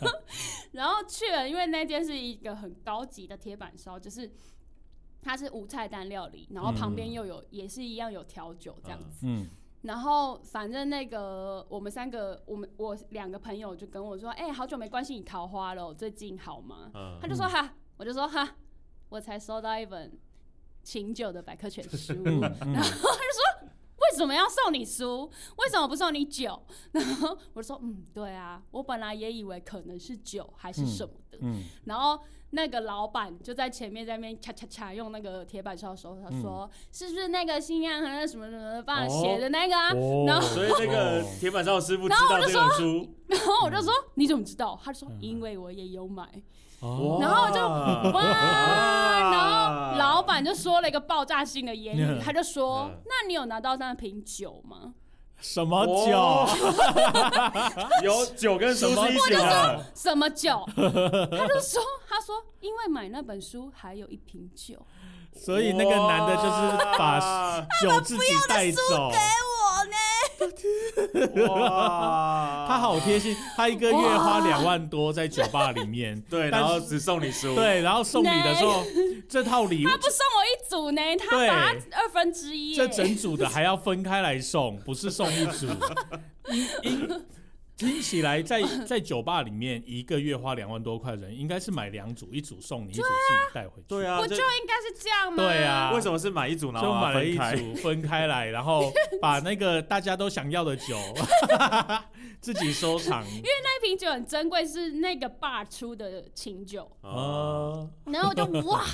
D: 然后去了，因为那间是一个很高级的铁板烧，就是。它是无菜单料理，然后旁边
A: 嗯
D: 又有、也是一样有调酒这样子。
A: 嗯
D: 然后反正那个我们三个，我们我两个朋友就跟我说：“哎、好久没关心你桃花了，最近好吗？”
B: 嗯
A: 啊
D: 他就说：“哈。”我就说：“哈，我才收到一本琴酒的百科 全书，
A: 嗯
D: 为
A: 嗯，
D: 什么要送你书？为什么不送你酒？” 然后我就说：“嗯，对啊，我本来也以为可能是酒还是什么的。
A: 嗯
D: 然后那个老板就在前面在那边恰恰恰用那个铁板烧的时候，他说：“
A: 嗯
D: 是不是那个新安和那什么什么帮写的那个啊？”
A: 哦
D: 然后
B: 所以那个铁板烧的师傅知道这本书，
D: 然后我就说：“你怎么知道？”他说：“
A: 嗯
D: 因为我也有买。
A: 哦
D: 然后我就哇！
B: 哇
D: 然后老板就说了一个爆炸性的言
A: 嗯
D: 语，他就说
B: 嗯：“
D: 那你有拿到那瓶酒吗
A: 什么
B: 哦
A: 酒？
B: 有酒跟书是一起的，？”
D: 什么酒？他就说：“他说因为买那本书还有一瓶酒。
A: 所以那个男的就是把酒自己带走，
D: 我呢？
B: 哇，
A: 他好贴心，他一个月花两万多在酒吧里面，
B: 对，
A: 但
B: 然
A: 是
B: 后只送你书，，
A: 对，然后送礼的时候，这套礼物
D: 他不送我一组呢，他
A: 对
D: 把它二分之一耶。
A: 这 整组的还要分开来送，不是送一组。听起来在在酒吧里面一个月花两万多块的人，应该是买两组，一组送你，一组自己带回去。
B: 对啊，
D: 不就
B: 这
D: 应该是这样吗？
A: 对啊
B: 为什么是买一组然
A: 就
B: 后把
A: 买
B: 它
A: 了一
B: 分开？
A: 组分开来，然后把那个大家都想要的酒 自己收藏。
D: 那瓶酒很珍贵，是那个 bar 出的清酒。
B: 哦，
A: 哦，
D: 然 后我就哇，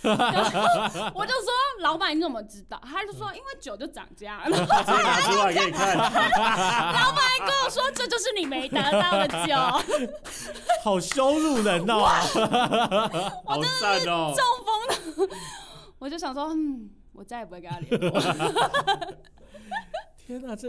D: 然后 我就说老板你怎么知道？他就说因为酒就涨价。 然后
B: 直接拿出来给你 看，
D: 老板还跟我说这就是你没得到的 酒，
A: 好羞辱人哦！
B: 好赞哦！
D: 中风 的。我就想说，嗯，我再也不会跟他联络。
A: 天哪、这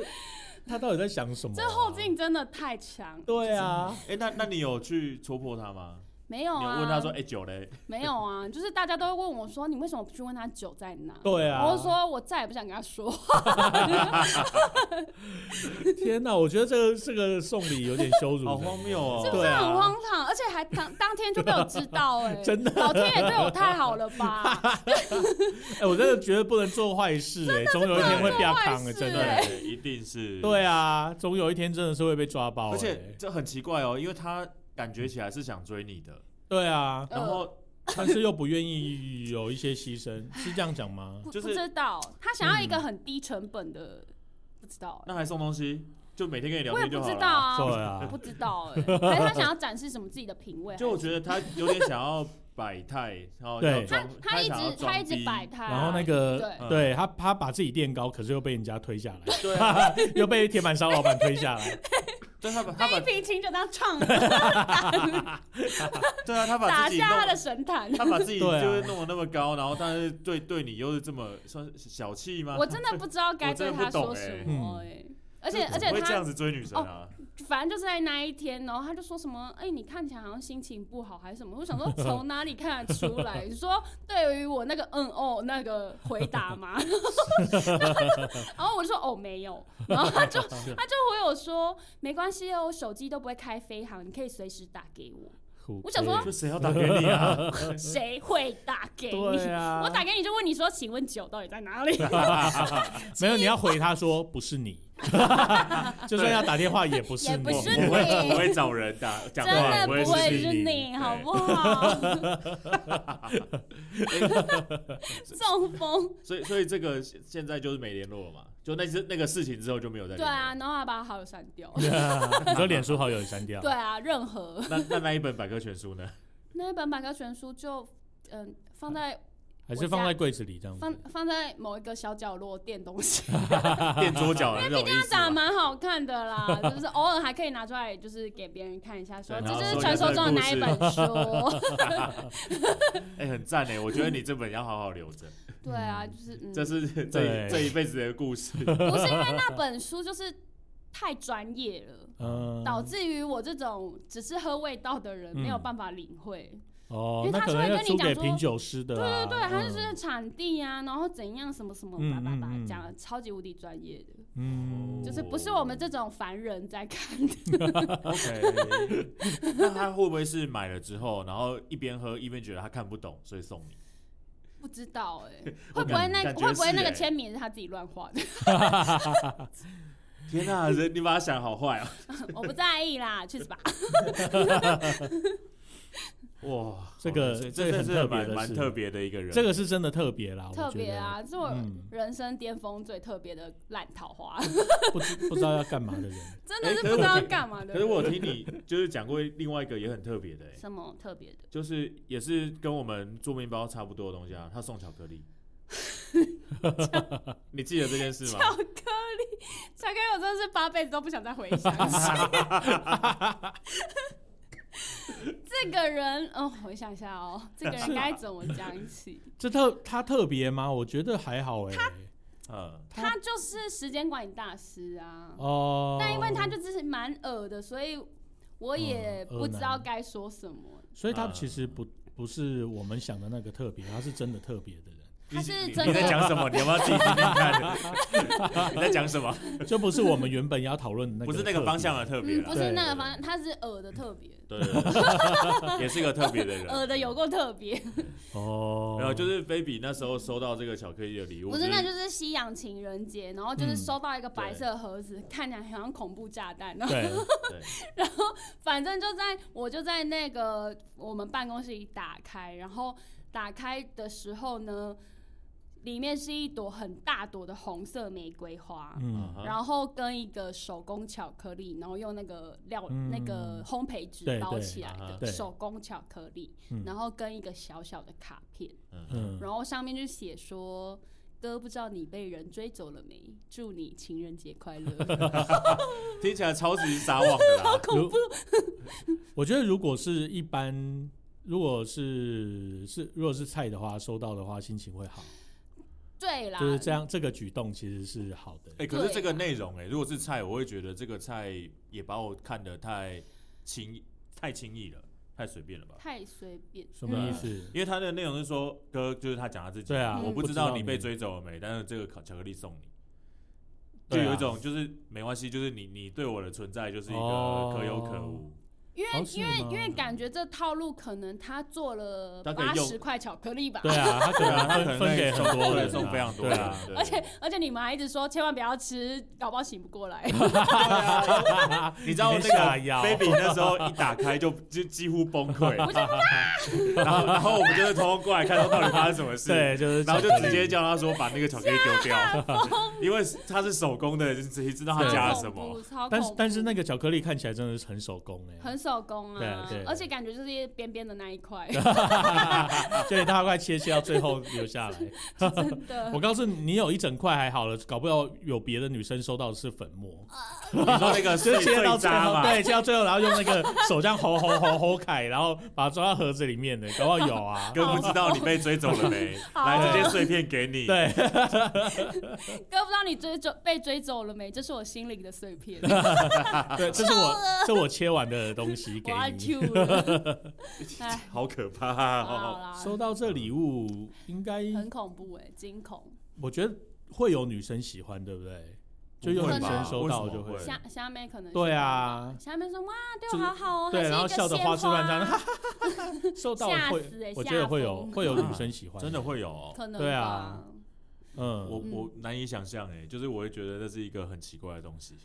A: 他到底在想什么、
D: 这后。劲真的太强，
A: 对啊，
B: 哎，那那你有去戳破他吗？
D: 没有
B: 你有
D: 啊？
B: 问他说，哎，酒嘞？
D: 没有啊，就是大家都会问我说，你为什么不去问他酒在哪？
A: 对啊。
D: 我就说我再也不想跟他说
B: 哦
D: 话。
A: 天哪、我觉得这个这个送礼有点羞辱人
B: 好荒谬哦！
A: 对啊
D: 很荒唐，而且还当当天就被我知道 哎、
A: 真的
D: 老天爷对我太好了吧？
A: 哎、我真的觉得不能做坏事、哎，总有一天会被扛的，真
D: 不能做坏
A: 的。
D: 事哎
B: 对，一定是。
A: 对啊，总有一天真的是会被抓包、
B: 而
A: 哎
B: 且这很奇怪哦，因为他感觉起来是想追你的，
A: 对啊，
D: 呃
B: 然后
A: 但是又不愿意有一些牺牲，是这样讲吗？
D: 呃不
B: 就是
D: 不知道他想要一个很低成本的，不知道、
B: 那还送东西，就每天跟你聊
D: 我也
B: 天嗯
D: 不
B: 就好
D: 知
B: 了。
D: 道啊，
A: 对
D: 我
A: 啊，
D: 不知道哎、 还是他想要展示什么自己的品味？
B: 就我觉得他有点想要摆态，然后
A: 对
B: 要装
D: 他他一
B: 想要
D: 直
B: 装
D: 他一直
B: 逼
D: 摆摊，
A: 然后那个呃
B: 对
A: 对他，他把自己垫高，可是又被人家推下来，
B: 对啊，
A: 又被铁板烧老板推下来。
B: 对他把 他
D: 那一
B: 把
D: 瓶清酒当创
B: 对啊，他 把
D: 打
B: 自己
D: 下
B: 弄
D: 他的神坛。
B: 他把自己
A: 对啊
B: 就是弄得那么高，然后但是对对你又是这么算是小气 吗？
D: 我真的不知道该对他说什 么哎、
A: 我
D: 而且而
B: 怎
D: 且
B: 么会这
D: 他哦
B: 样子追女生啊，
D: 反正就是在那一天，然后他就说什么：“哎、你看起来好像心情不好还是什么？”我想说从哪里看得出来？你说对于我那个嗯哦那个回答吗？ 然后我就说：“哦，没有。”然后他就他就回我说：“没关系哦，我手机都不会开飞行，你可以随时打给 我。我想说
B: 就谁要打给你啊？
D: 谁会打给你？
A: 对啊
D: 我打给你就问你说，请问酒到底在哪里？
A: 没有，你要回他说不是 你，就算要打电话也不是你
D: 也
A: 哦
D: 不。是
B: 我会我
D: 你。”
B: 会找人打讲
D: 真
B: 话，
D: 的
B: 不
D: 会
B: 是
D: 是你，好不好？ 中风。
B: 对所以所以这个现现在就是没联络了嘛，就那次那个事情之后就没有再
D: 对
B: 联络
D: 啊，，然后还把好友删掉。
B: 啊
A: 你说脸书好友也删掉
D: 对，啊，任何
B: 那那那一本百科全 书呢？
D: 那一本百科全书就嗯放在
A: 还是放在柜子里这样
D: 放
A: 子？
D: 放在某一个小角落垫东西，
B: 啊垫桌角的那种意
D: 它
B: 思
D: 长得
B: 吗。
D: 蛮好看的啦，就是偶尔还可以拿出来，就是给别人看一下，说
B: 对
D: 这
B: 然后说
D: 就是传
B: 一下这
D: 说
B: 个
D: 中的那一本书。
B: 哎、很赞哎！我觉得你这本要好好留着，
D: 对啊，就是嗯，
B: 这是这
A: 对
B: 一这一辈子的故事。
D: 不是因为那本书就是太专业了。
A: 嗯，
D: 导致于我这种只是喝味道的人
A: 嗯
D: 没有办法领会，
A: 哦，
D: 因为
A: 那
D: 他
A: 可
D: 就
A: 能
D: 会
A: 要
D: 跟你
A: 租
D: 讲
A: 给
D: 说
A: 品酒师的啊。
D: 对
B: 哦
D: 对对，他就
A: 嗯
D: 是产地啊，然后怎样什么什么
A: 嗯
D: 叭叭叭
A: 嗯嗯
D: 讲，的超级无敌专业的。
B: 哦
A: 嗯，
D: 就是不是我们这种凡人在看的，
B: OK，那他会不会是买了之后，然后一边喝一边觉得他看不懂，所以送你？
D: 不知道哎、
B: 我
D: 会不会
B: 感
D: 那
B: 感
D: 个
B: 觉
D: 会不会
B: 是
D: 那个
B: 欸
D: 签名是他自己 乱画的？
B: 天哪、 人你把他想好坏啊！
D: 我不在意啦，去死吧！
B: 哇，
A: 这个
B: 所以
A: 这个
B: 这这
A: 很
B: 是
A: 特别的
B: 蛮蛮
A: 事
B: 特别的一个人，
A: 这个是真的特别啦，我
D: 特
A: 觉
D: 别
A: 得，
D: 啊，这是我
A: 嗯
D: 人生巅峰最特别的烂桃花，
A: 不知不知道要干嘛的人。
D: 真的
B: 欸
D: 是
B: 可
D: 不
B: 是
D: 知
B: 我
D: 道
B: 觉
D: 干嘛的。
B: 可是我有听你就是讲过另外一个也很特别的、欸，
D: 什么特别的？
B: 就是也是跟我们做面包差不多的东西啊，他送巧克 力。你记得这件事吗？
D: 巧克力，巧克力，我真的是八辈子都不想再回想。 这个人，哦，我想一下哦，这个
B: 啊
D: 人该怎么讲起？
A: 这特他特别吗？我觉得还好哎、
B: 嗯，
A: 他
D: 他就是时间管理大师啊。
A: 哦，
D: 但因为他就只是蛮耳的，所以我也
A: 嗯
D: 不知道该说什么。
B: 啊
A: 所以他其实不不是我们想的那个特别，他是真的特别的人。
B: 你
C: 他是
B: 你
C: 真
B: 你在
C: 的
B: 讲什么？你要不要自己听听 看？你在讲什么？
A: 就不是我们原本要讨论的那个，
B: 不是那个方向的，特别
D: 嗯，
B: 啦
D: 不，
A: 对
D: 是那
B: 对
D: 个
B: 对
D: 方向，他是耳的特别，
B: 对对对，也是一个特别的人。
D: 耳的有够特别，
A: 哦，
B: 然后就是菲比那时候收到这个巧克力的礼物，
D: 不是，
B: 就
D: 那就是西洋情人节，然后就是
A: 嗯
D: 收到一个白色盒子，看起来好像恐怖炸弹，哦然后
A: 对，
D: 然后反正就在我就在那个我们办公室里打开，然后打开的时候呢，里面是一朵很大朵的红色玫瑰花。
A: 嗯，
B: 啊哈
D: 然后跟一个手工巧克力，然后用那个料、
A: 嗯
D: 那个烘焙纸
A: 对
D: 包
A: 对
D: 起来
B: 啊哈
D: 的
A: 对
D: 手工巧克力，
A: 嗯
D: 然后跟一个小小的卡片。
B: 嗯
A: 嗯，
D: 然后上面就写说：“哥，不知道你被人追走了没？祝你情人节 快乐。。
B: 听起来超级撒网的啦
D: 恐怖
A: 如。我觉得如果是一般，如果是是如果是菜的话，收到的话心情会好，”
D: 对啦，
A: 就是这样，这个举动其实是好的。
B: 哎、可是这
D: 对
B: 个
D: 啊
B: 内容、哎，如果是菜，我会觉得这个菜也把我看得太轻，太轻易了，太随便了吧？
D: 太随便。
A: 什么意思？
B: 因为他的内容是说，哥就是他讲他自己，
A: 对啊
B: 我
D: 嗯
A: 不
B: 不知
A: 知道
B: 道你
A: 你
B: 被追走了没，但是这个巧巧克力送你，就
A: 对啊
B: 有一种就是没关系，就是你你对我的存在就是一个
A: 哦
B: 可有可无，
D: 因为
A: 哦是
D: 因为
A: 吗
D: 因为感觉这套路可能他做了
B: 他可以
D: 八
B: 用
D: 十块巧克力吧。
A: 对啊，他可
B: 对啊，
A: 能
B: 他可
A: 分
B: 能
A: 分给很多
B: 人
A: 人，
B: 送非常多
A: 对
B: 人
A: 啊，
B: 对
D: 而且而且你们还一直说千万不要吃，搞不好醒不过 来。
B: 你知道那
A: 你下
B: 个
A: 药
B: baby 那时候一打开就 就几乎崩溃，然后然后我们就是偷偷过来看到底发生什么事，
A: 对，就是
B: 然后就直接叫他说把那个巧克力丢掉，因为他是手工的，谁知道他加了什
D: 超恐
B: 么？
D: 怖？超
A: 但是
D: 恐
A: 但是
D: 怖
A: 那个巧克力看起来真的是很手工哎、
D: 很手工
A: 对啊
D: 啊
A: 对，
D: 而且感觉就是边边的那 一块，
A: 所以它快切切到最后留下来。
D: 真
A: 我
D: 的。
A: 告诉你，你有一整块还好了，搞不好有别的女生收到的是粉末，
D: 哦
B: 你说那
A: 就
B: 个碎
A: 切
B: 碎
A: 到最
B: 渣
A: 后，
B: 嘛？
A: 对，切到最后，然后用那个手这样吼吼吼吼开，然后把它装到盒子里面的，搞不好有 啊。
B: 哥不知道你被追走了没？
D: 好
B: 来，这些碎片给你。
A: 对，
D: 哥不知道你追走被追走了没？这是我心灵的碎 片，
A: 对，这是我这我切完的东西
D: 我
A: 给
D: 要
A: 你。
D: Q 了。 哎，
B: 好可怕
D: 好
B: 哦！
D: 啦，
A: 收到这礼物，应该
D: 很恐怖哎、惊恐。
A: 我觉得会有女生喜欢，对不对？就有女生收到就会
B: 为什么会
D: 虾虾妹可能
A: 对，啊，
D: 虾妹说哇，对
A: 就是
D: 我好好哦，
A: 对，然后
D: 还是一
A: 笑得
D: 个鲜
A: 花枝乱颤，哈
D: 花，
A: 哈哈哈收到
D: 吓
A: 会
D: 死欸，
A: 我觉得会
D: 吓
A: 有
D: 疯
A: 会有女生喜欢，
B: 真的，会有哦，
D: 可能
A: 对
D: 吧
A: 啊，嗯，
B: 我
A: 我
B: 我难以想象哎，就是我会觉得这是一个很奇怪的东西。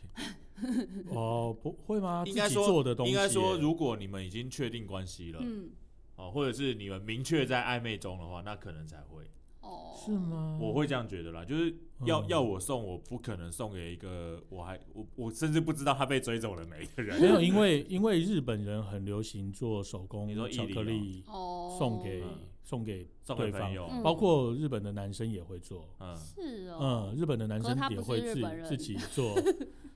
A: 哦不会吗？
B: 应该
A: 自己
B: 说
A: 做的东西
B: 应
A: 耶，
B: 该说，如果你们已经确定关系了，
D: 嗯，
B: 哦，或者是你们明确在暧昧中的话，那可能才会。
D: 哦，
A: 是？吗？
B: 我会这样觉得啦，就是要、
A: 嗯
B: 要我送，我不可能送给一个我还我我甚至不知道他被追走了没的
A: 没
B: 人。
A: 有，因为因为日本人很流行做手工
B: 你说
A: 巧
B: 意
A: 克力
B: 林，
D: 哦，
A: 送给
B: 嗯
A: 送给
B: 送给
A: 对
B: 朋
A: 方
B: 友，
D: 嗯
A: 包括日本的男生也会做，
B: 嗯，
D: 是哦，
A: 嗯，日本的男
D: 可
A: 生
D: 他
A: 也
D: 不是
A: 会
D: 日
A: 自己
D: 本人
A: 自己 做，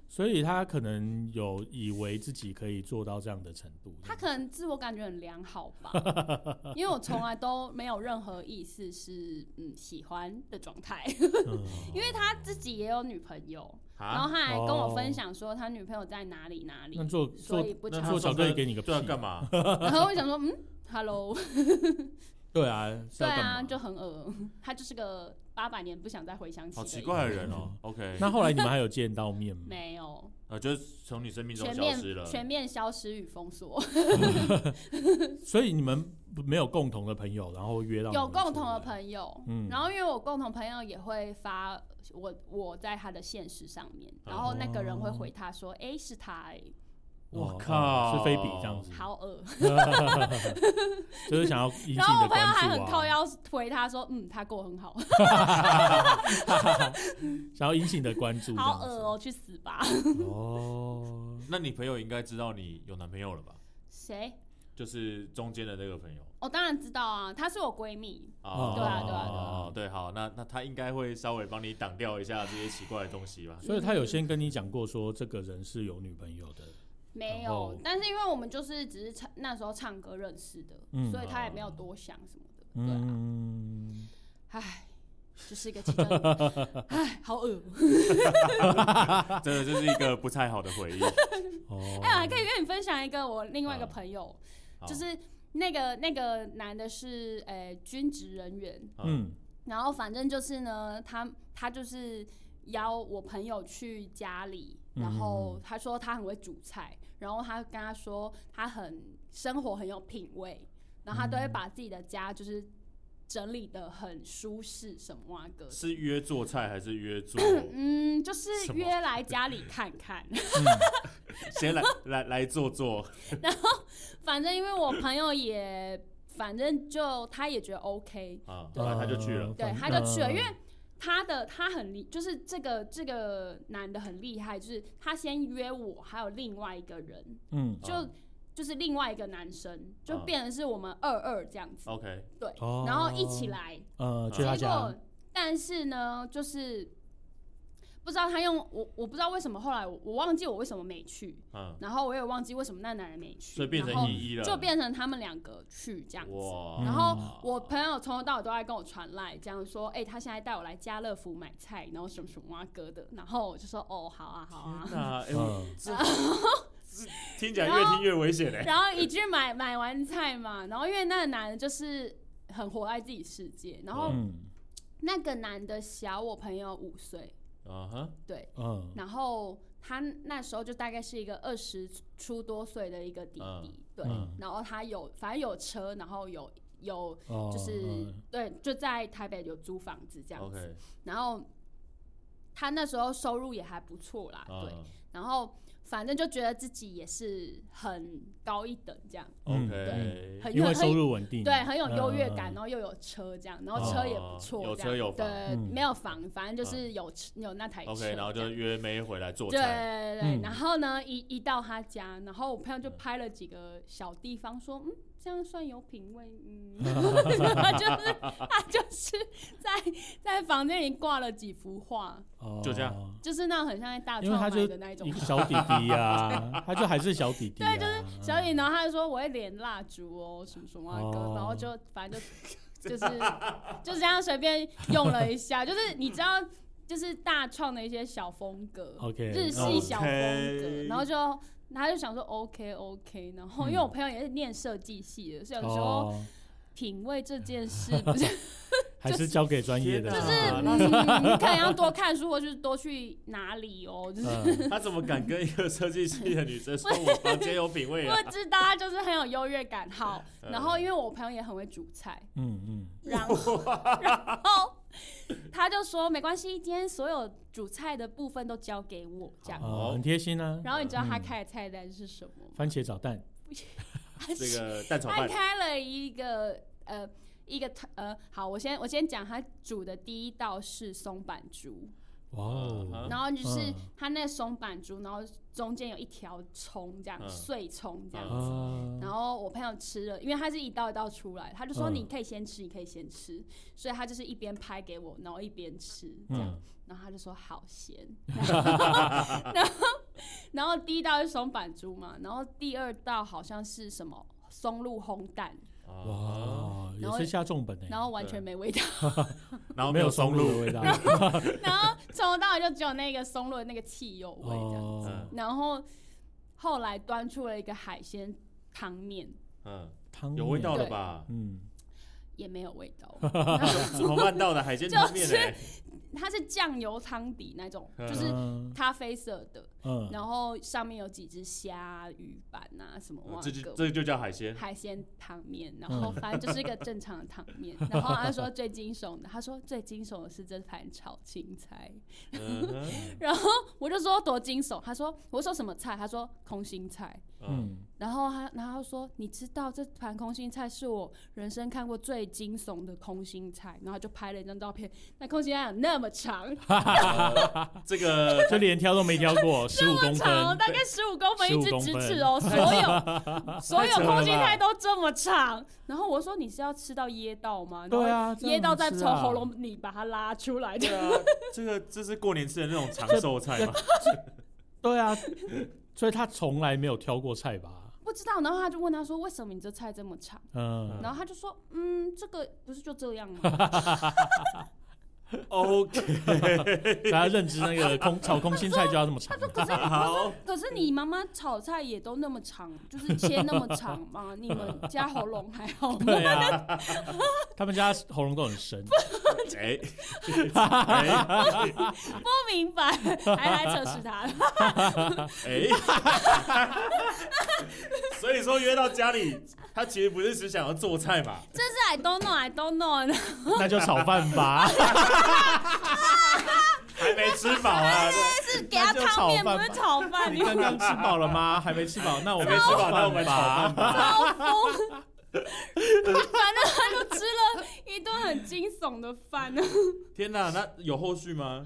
A: 所以他可能有以为自己可以做到这样的程度。
D: 他可能自我感觉很良好 吧，因为我从来都没有任何意思是嗯喜欢的状 态，
A: 嗯
D: 因为他自己也有女朋友，然后
B: 啊，
D: 他还跟我分
A: 哦
D: 享说他女朋友在哪里哪里
B: 哦
A: 那，做
D: 所
A: 做
D: 以不
B: 那
D: 常
B: 他
A: 做巧克力
B: 送
A: 给你个屁
B: 对啊，干嘛？
D: 然后我想说，嗯，Hello，
A: 对啊，是
D: 对
A: 要干
D: 啊，
A: 嘛？
D: 就很恶， 他就是个八百年不想再回想起的
B: 好
D: 人
B: 奇怪的人哦。OK，
A: 嗯那后来你们还有见到面吗？
D: 没有，
B: 呃，就是从你生命中
D: 全
B: 消失了
D: 面。全面消失与封锁，
A: 所以你们不没有共同的朋友，然后约到
D: 有共同的
A: 友，
D: 朋友，
A: 嗯
D: 然后因为我共同朋友也会发我我在他的现实上面，然后那个人会回他说，哎、是他、欸，
B: 我
A: 哦
B: 靠
A: 是非比这样子，
D: 好恶，
A: 就是想要引起你
D: 然
A: 的
D: 后我朋友还
A: 关
D: 很
A: 注
D: 靠
A: 啊，
D: 腰回他说，嗯，他过很好，
A: 想要引起你的关注，
D: 好恶哦、去死吧，
A: 这样子哦，
B: 那你朋友应该知道你有男朋友了吧？
D: 谁？
B: 就是中间的那个朋友
D: 我、当然知道啊，她是我闺蜜，
B: 啊，
D: 对啊对啊
A: 啊
D: 对
B: 哦，对，好，那那他应该会稍微帮你挡掉一下这些奇怪的东 西吧？
A: 所以他有先跟你讲过说这个人是有女朋友的，
D: 没
A: 然后
D: 有，但是因为我们就是只是唱那时候唱歌认识的，
A: 嗯
D: 所以他也没有多想什么的，对啊，
A: 嗯，
D: 唉，就是一个其中一个， 唉，好恶，
B: 真的就是一个不太好的 回忆。
A: 哦，
D: 哎，我还可以跟你分享一个我另外一个
B: 嗯
D: 朋友，
B: 好
D: 就是那个那个男的是呃军职人员，
A: 嗯，
D: 然后反正就是呢，他他就是邀我朋友去家里，
B: 嗯
D: 然后他说他很会煮菜，然后他跟他说他很生活很有品味，然后他都会把自己的家就是整理的很舒适什么啊个。
B: 是约做菜还是约做？
D: 嗯，就是
B: 什么
D: 约来家里看看。
B: 先来来来做做，
D: 反正因为我朋友也，反正就他也觉得 OK，
B: 啊，后来他就去了。
D: 对，他就去了，
B: 嗯
D: 因为他的他很厉，就是这个这个男的很厉害，就是他先约我，还有另外一个人，
A: 嗯
D: 就、
B: 啊
D: 就是另外一个男生，就
B: 啊
D: 变成是我们二二这样子，
B: OK，
D: 对，
A: 哦
D: 然后一起来，
A: 呃去
B: 结
A: 他
D: 结
A: 家
D: 果，但是呢，就是不知道他用我，我不知道为什么后来我我忘记我为什么没去，
B: 嗯，
D: 然后我也忘记为什么那男人没去，
B: 所以变
D: 然后
B: 成一一了，
D: 就变成他们两个去这样子。
A: 哦
B: 哇
A: 嗯
D: 然后我朋友从头到尾都在跟我传来，这样说，哎、他现在带我来家乐福买菜，然后什么什么啊哥的，然后我就说，哦，好啊，好啊。
B: 那哎我
A: 嗯，
B: 这这听起来越听越危险 欸嘞。
D: 然后一去买买完菜嘛，然后因为那个男的就是很活在自己世界，然后
A: 嗯
D: 那个男的小我朋友五岁，
B: 啊哈，
D: 对，
A: 嗯
D: 然后他那时候就大概是一个二十出多岁的一个弟弟，对
A: 嗯，
D: 然后他有反正有车，然后有有
A: 哦，
D: 就是、
A: 嗯
D: 对，就在台北有租房子这样子。
B: OK，
D: 然后他那时候收入也还不错啦，
B: 啊
D: 对，然后反正就觉得自己也是很高一等这样，
A: 嗯
B: ，OK，
D: 很
A: 因
D: 有
A: 为收
D: 很
A: 入稳定，
D: 对，很有优越
A: 嗯
D: 感，
A: 嗯
D: 然后又有车这样，然后车也不错，
B: 啊有
D: 这样
B: 车有房
D: 对，
A: 嗯
D: 没有房，反正就是有车有那台车这
B: OK，
D: 样，
B: 然后就约妹回来做
D: 对
B: 菜，
D: 对
A: 嗯
D: 对，然后呢，一一到他家，然后我朋友就拍了几个小地方，说，嗯，这样算有品味， 嗯，然后就是他就是在在房间里挂了几幅画，
A: 哦
B: 就这样
D: 就是那种很像在大
A: 因为
D: 创
A: 他
D: 买
A: 就
D: 的那一种
A: 一个小弟弟呀，他就还是小弟弟啊，
D: 对就是小野，然后他就说我会点蜡烛哦，什么什么啊歌，
A: 哦
D: 然后就反正就就是 就这样随便用了一下， 就是你知道，就是大创的一些小风格
A: OK，
D: 日系
A: 嗯
D: 小风格
B: OK，
D: 然后就。他就想说 OK OK，然后因为
A: 嗯
D: 我朋友也是念设计系的，所以有时候
A: 哦，
D: 品味这 件事不是
A: 还是交给专业的，
B: 就
D: 就是是
B: 啊
D: 嗯，你可能要多看书，或是多去哪里哦，就是
A: 嗯
B: 他怎么敢跟一个设计系的女生说我房间有品 味啊？
D: 不知道他就是很有优越感。好，
B: 嗯
D: 然后因为我朋友也很会煮菜，
A: 嗯嗯，
D: 然后然后他就说没关系，今天所有煮菜的部分都交给我这样。
A: 哦，很贴心啊，
D: 然后你知道他
A: 嗯
D: 开的菜单是什么吗？
A: 番茄炒蛋，
B: 嗯 这个蛋炒
D: 他
B: 饭
D: 开了一个呃一个呃，好，我先我先讲他煮的第一道是松板猪，
A: 哇哦
B: 嗯，
D: 然后就是
A: 嗯
D: 他那松板猪，然后中间有一条葱这样、
B: 嗯
D: 碎葱这样子。
A: 啊
D: 然后我朋友吃了，因为他是一道一道出来，他就说
A: 嗯
D: 你可以先吃，你可以先吃，所以他就是一边拍给我，然后一边吃这样，
A: 嗯
D: 然后他就说好 咸，然后然后 然后第一道是松板猪嘛，然后第二道好像是什么松露烘蛋，
B: 啊，
A: 嗯哇，也
D: 哦然后
A: 是下重本诶，
D: 然后完全没味道，
B: 然
A: 没
B: 后没有
A: 有
B: 松
A: 松
B: 露
A: 露的， 味道，
D: 然后从头到尾就只有那个松露的那个汽油味这样，
A: 哦
B: 嗯，
D: 然后后来端出了一个海鲜汤面，
B: 嗯，
A: 汤
B: 有味道
A: 面
B: 了吧？
A: 嗯，
D: 也没有味道。
B: 怎么办到的海鲜汤面嘞？
D: 它是酱油汤底那种，
B: 嗯
D: 就是
A: 嗯
D: 咖啡色的，
A: 嗯，
D: 然后上面有几只虾、鱼板啊什么哇，
B: 哦这就
D: 各
B: 这就叫海鲜。
D: 海鲜汤面，然后反正就是一个正常的汤 面。然后他说最惊悚的，他说最惊悚的是这盘炒青菜，
B: 嗯哼
D: 然后我就说多惊悚，他说我说什么菜，他说空心菜。
B: 嗯，
A: 嗯，
D: 然后他，然后他说：“你知道这盘空心菜是我人生看过最惊悚的空心菜。”然后就拍了一张照片，那空心菜有那 么长，
B: 这 个
A: 就连挑都没挑 过，十五公
D: 长
A: 分，
D: 哦，大概十五公分一只
A: 15
D: 直
A: 公分
D: 尺哦，所 有所有
B: 太扯了吧
D: 空心菜都这么长。然后我说你是要吃到噎到吗？
A: 对，啊，这样
D: 噎到再
A: 吃
D: 从
A: 啊
D: 喉咙里把它拉出来的。
B: 对啊，这个这是过年吃的那种长寿菜吗？
A: 对啊，所以他从来没有挑过菜吧？
D: 不知道，然后他就问他说为什么你这菜这么长？
A: 嗯，
D: 啊 然后他就说嗯，这个不是就这样吗？
B: OK，
D: 嗯
A: 大家认知那个空炒空心菜就要这么长。
B: 好，
D: 可是你妈妈炒菜也都那么 长，就是切那么长吗？你们家喉咙还好 吗？
A: 对 啊，他们家喉咙都很深。
B: 哎，哎，
D: 不明白，还来扯死 他了。
B: 哎， 所以说约到家里，他其实不是只想要做菜嘛，
D: 这是 I don't know，I don't know。
A: 那就炒饭吧，
B: 还没吃饱啊，
D: 是给他汤面，不是炒 饭。
A: 你
D: 你
A: 刚刚吃饱了吗？还没吃饱，那我
B: 还
A: 们
B: 没吃饱，那我
A: 饭
B: 们炒
A: 吧。
B: 饭吧。
D: 超疯。 反正他就吃了一顿很惊悚的饭呢。
B: 天哪，那有后续吗？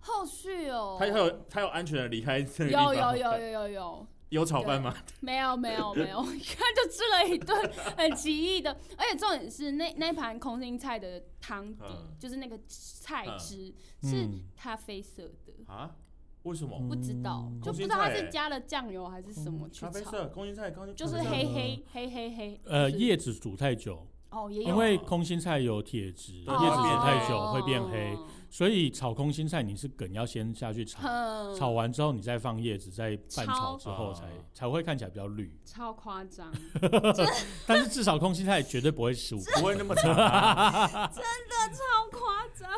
D: 后续哦，
B: 他他有他有安全的离开这个地
D: 有
B: 方？
D: 有有有有有，
B: 有炒饭吗？
D: 没有没有没有， 他就吃了一顿很奇异的，而且重点是那那盘空心菜的汤底，
B: 嗯
D: 就是那个菜汁、
A: 嗯
D: 是
A: 嗯
D: 咖啡色的，
B: 啊？为什么？
A: 嗯
D: 不知道就
B: 空
D: 不
B: 心
D: 知道他
B: 菜欸
D: 是加了酱油还是什么去
B: 咖啡
D: 炒，
B: 色、空心菜、空心
D: 就是
A: 咖啡色
D: 黑黑黑黑黑，
A: 呃，
D: 就是
A: 叶子煮太久，
D: 哦也有
A: 因为空心菜有铁质，叶子
B: 对叶
A: 煮太久
D: 哦
A: 会变黑，所以炒空心菜你是梗要先下去炒，
D: 哼
A: 炒完之后你再放叶子，再拌嗯炒
D: 超
A: 之后才
B: 啊
A: 才会看起来比较绿。
D: 超夸 张，
A: 但是至少空心菜绝对不会十五，
B: 不会那么长啊、
D: 超夸张。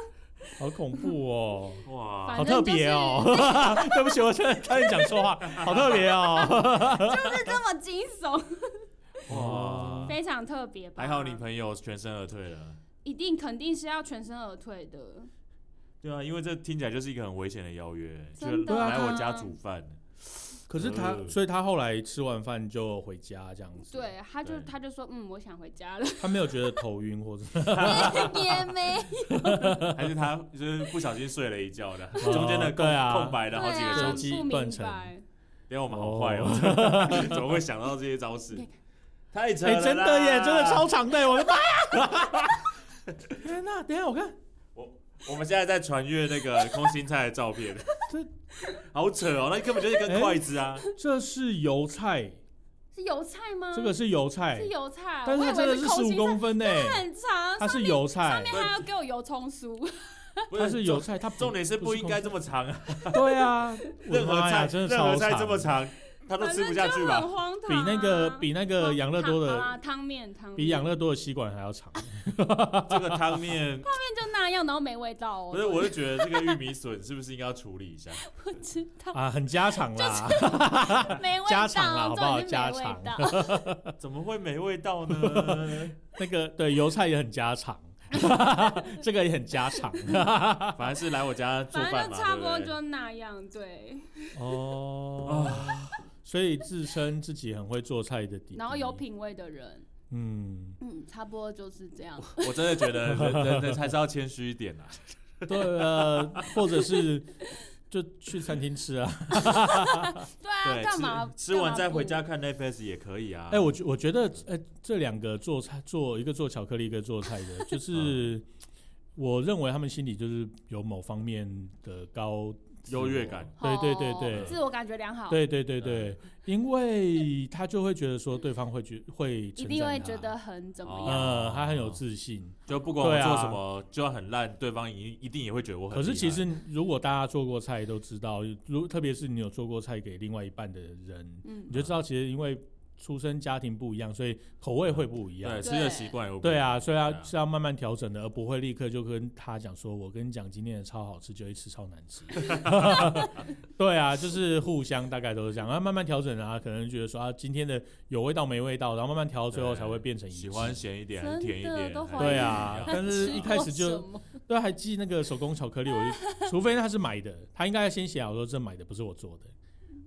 A: 好恐怖哦，
B: 哇！
A: 好
D: 反正
A: 特别哦。 对不起，我现在差点讲错话，好特别 哦。
D: 就是这么惊悚，
B: 哇
D: 非常特别吧？
B: 还好你朋友全身而退了。
D: 一定肯定是要全身而退的，
B: 对啊，因为这听起来就是一个很危险的邀约，就
D: 真的啊
B: 来我家煮饭。
A: 可是他，
B: 呃
A: 所以他后来吃完饭就回家这样子。，
D: 对，他就
B: 对
D: 他就说，嗯，我想回 家了，
A: 他没有觉得头晕或者
D: 也没
B: 还是他 就是不小心睡了一觉的， 中间的空、
A: 对啊
B: 空白
D: 对
B: 的好几个
D: 啊，
B: 小
A: 手
B: 时。
A: 机
D: 不
A: 断
D: 明
A: 层
D: 白，
B: 因为我们好坏哦， 怎么会想到这些 招式？太扯
A: 哎、
B: 了、
A: 真的耶，真的超。长的，我的妈呀！ 天哪、等一下我看，
B: 我们现在在传阅那个空心菜的照片，
A: 这
B: 好扯哦，那根本就是一根筷子啊！
A: 这是油菜，
D: 是油菜吗？
A: 这个是油菜
D: 嗯是，油菜，
A: 但是
D: 我
A: 它
D: 以为
A: 真的是十
D: 空
A: 五
D: 心
A: 公分呢，欸
D: 菜，很长，
A: 它是油菜，
D: 上面还要给我油葱酥，
B: 不
A: 它哎是油菜，它不
B: 重点是不应该这么长啊，
A: 么对啊，我的
B: 任何
A: 妈呀，
B: 菜
A: 真的
B: 任何
A: 超
B: 菜
A: 长，
B: 这么长，他都
D: 反
B: 吃
D: 正
B: 不
D: 就
B: 下去 吧
D: 很？荒唐啊，
A: 比那个比那个养乐多
D: 哦汤啊
A: 的
D: 好啦汤面汤面，
A: 比养乐多的吸管还要长，
B: 这个汤面
D: 面就那样，然后没味道哦，
B: 不是，我是觉得这个玉米笋是不是应该要处理一 下？
D: 不知道，
A: 啊，很家常 啦，
D: 没味
A: 家常啊啦
D: 道，
A: 好不好
D: 重点是没味
A: 家
D: 道。
B: 怎么会没味道 呢？
A: 那个对油菜也很家常， 这个也很家 常
B: 反正是来我家做
D: 反
B: 饭
D: 正
B: 嘛，
D: 就差不多
B: 对对
D: 就那样，对。
A: 哦，
B: 啊，
A: 所以自称自己很会做菜的弟弟，
D: 然后有，品味的人，
A: 嗯，
D: 嗯，差不多就是这
A: 哦
D: 样。
B: 我真的觉得人人人还是要谦虚一点啊。
A: 对呃，或者是就去餐厅吃啊。
D: 对 啊，
B: 对，
D: 干嘛
B: 吃吃完再回？
D: 干
B: 家
D: 嘛
B: 看 Netflix 也可以啊。
A: 哎、我觉我觉得，呃、这两个做菜做一个做巧克力，一个做菜的，
B: 嗯
A: 就是我认为他们心里就是有某方面的高自我
B: 优越感。
D: 不
A: 对对对
D: 哦
A: 对。
D: 自我感觉良好，，
A: 对对对对，因为他就会觉得说对方会觉会
D: 一
A: 称
D: 定
A: 赞
D: 会
A: 他
D: 觉得很怎么样。
A: 呃，他很有自信。
B: 就不管我
A: 对啊
B: 做什么，就算很烂，对方一一定也会哦觉得我很
A: 可
B: 厉害。
A: 是其实如果大家做过菜都知道，如特别是你有做过菜给另外一半的人，
D: 嗯
A: 你，就知道其实因为出生家庭不一样，所以口味会不一样。
B: 对吃
D: 对
B: 的习惯有
A: 对啊，所以要
B: 对啊
A: 是要慢慢调整的，而不会立刻就跟他讲说：“我跟你讲，今天的超好吃，就会吃超难吃。”对啊，就是互相大概都是这样，然后慢慢调整啊，可能觉得说啊，今天的有味道没味道，然后慢慢调，最后
B: 对
A: 才会变成一致
B: 喜欢。咸一点，
D: 真的
B: 甜一点，
D: 都怀
A: 对啊，
B: 还是
A: 但是一开始
D: 吃
A: 就
D: 过什么
A: 对啊，还寄那个手工巧克力，我就除非他是买的，他应该先写好说这买的不是我做的，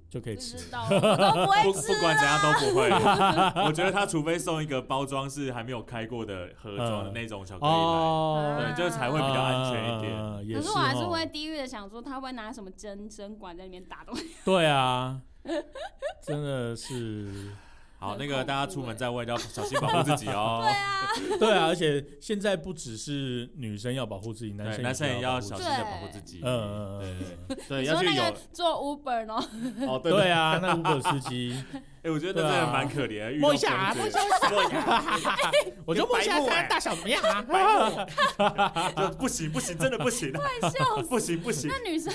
A: 就可以
D: 不
A: 吃。
D: 知 道，我都不
B: 不
D: 会
B: 不
D: 吃。啊
B: 管怎样都不会。 我觉得他除非送一个包装是还没有开过的盒装的
A: 嗯
B: 那种巧克力来，
A: 哦，
B: 对，这才会比较安全一点。
A: 啊 也
D: 可是我还是
A: 哦
D: 会低欲的想说，他会拿什么针针管在里面打东西。
A: 对啊，真的是
B: 好，
D: 很
B: 那个
D: 恐
B: 大家
D: 怖
B: 出
D: 欸
B: 门在外都要小心保护自己哦。对啊，
A: 对啊，而且现在不只是女生要保护自己，男生
B: 男生也要
A: 保护
B: 小
A: 自己
B: 心的保护自己。
A: 嗯嗯嗯
B: 对
A: 嗯
B: 对对对，
D: 你
B: 要
D: 说
B: 去
D: 那
B: 有
D: 个做 Uber 哦，
B: 哦，对
A: 对啊，那 Uber 司机，
B: 哎，我觉得那真的蛮可怜的，遇到
A: 摸一下啊
B: 疯子
A: 摸一下，我就摸一下
B: 白目
A: 看
B: 哎
A: 大小怎么样啊？
B: 就不行不行，真的不行， 啊
D: 笑死！
B: 不行不行。
D: 那女生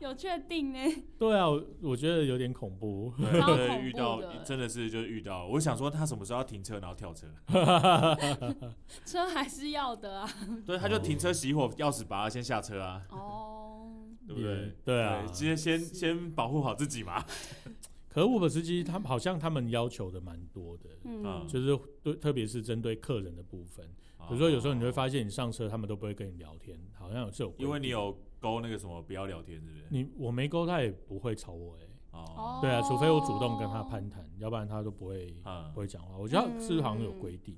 D: 有确定呢？
A: 对啊，我我觉得有点恐怖。
B: 对
D: 超
B: 对
D: 恐
B: 遇
D: 怖
B: 到
D: 的
B: 真的是就是遇到，我想说他什么时候要停车，然后跳车。啊
D: 车还是要的啊。
B: 对，他就停车熄火，钥匙拔了，先下车啊，
D: 哦，
B: 对不对？
A: 嗯对啊，
B: 直接先先保护好自己嘛。
A: 可是 Uber 司机他们好像他们要求的蛮多的，
B: 嗯
D: 嗯，
A: 就是对，特别是针对客人的部分。比如说有时候你会发现你上车他们都不会跟你聊天，好像有是有规定
B: 哦因为你有勾那个什么不要聊天，是不是？
A: 你我没勾他也不会吵我哎、欸，
B: 哦，
A: 对啊，除非我主动跟他攀谈，要不然他都不会
B: 嗯
A: 不，会讲话。我觉得他是不是好像有规定。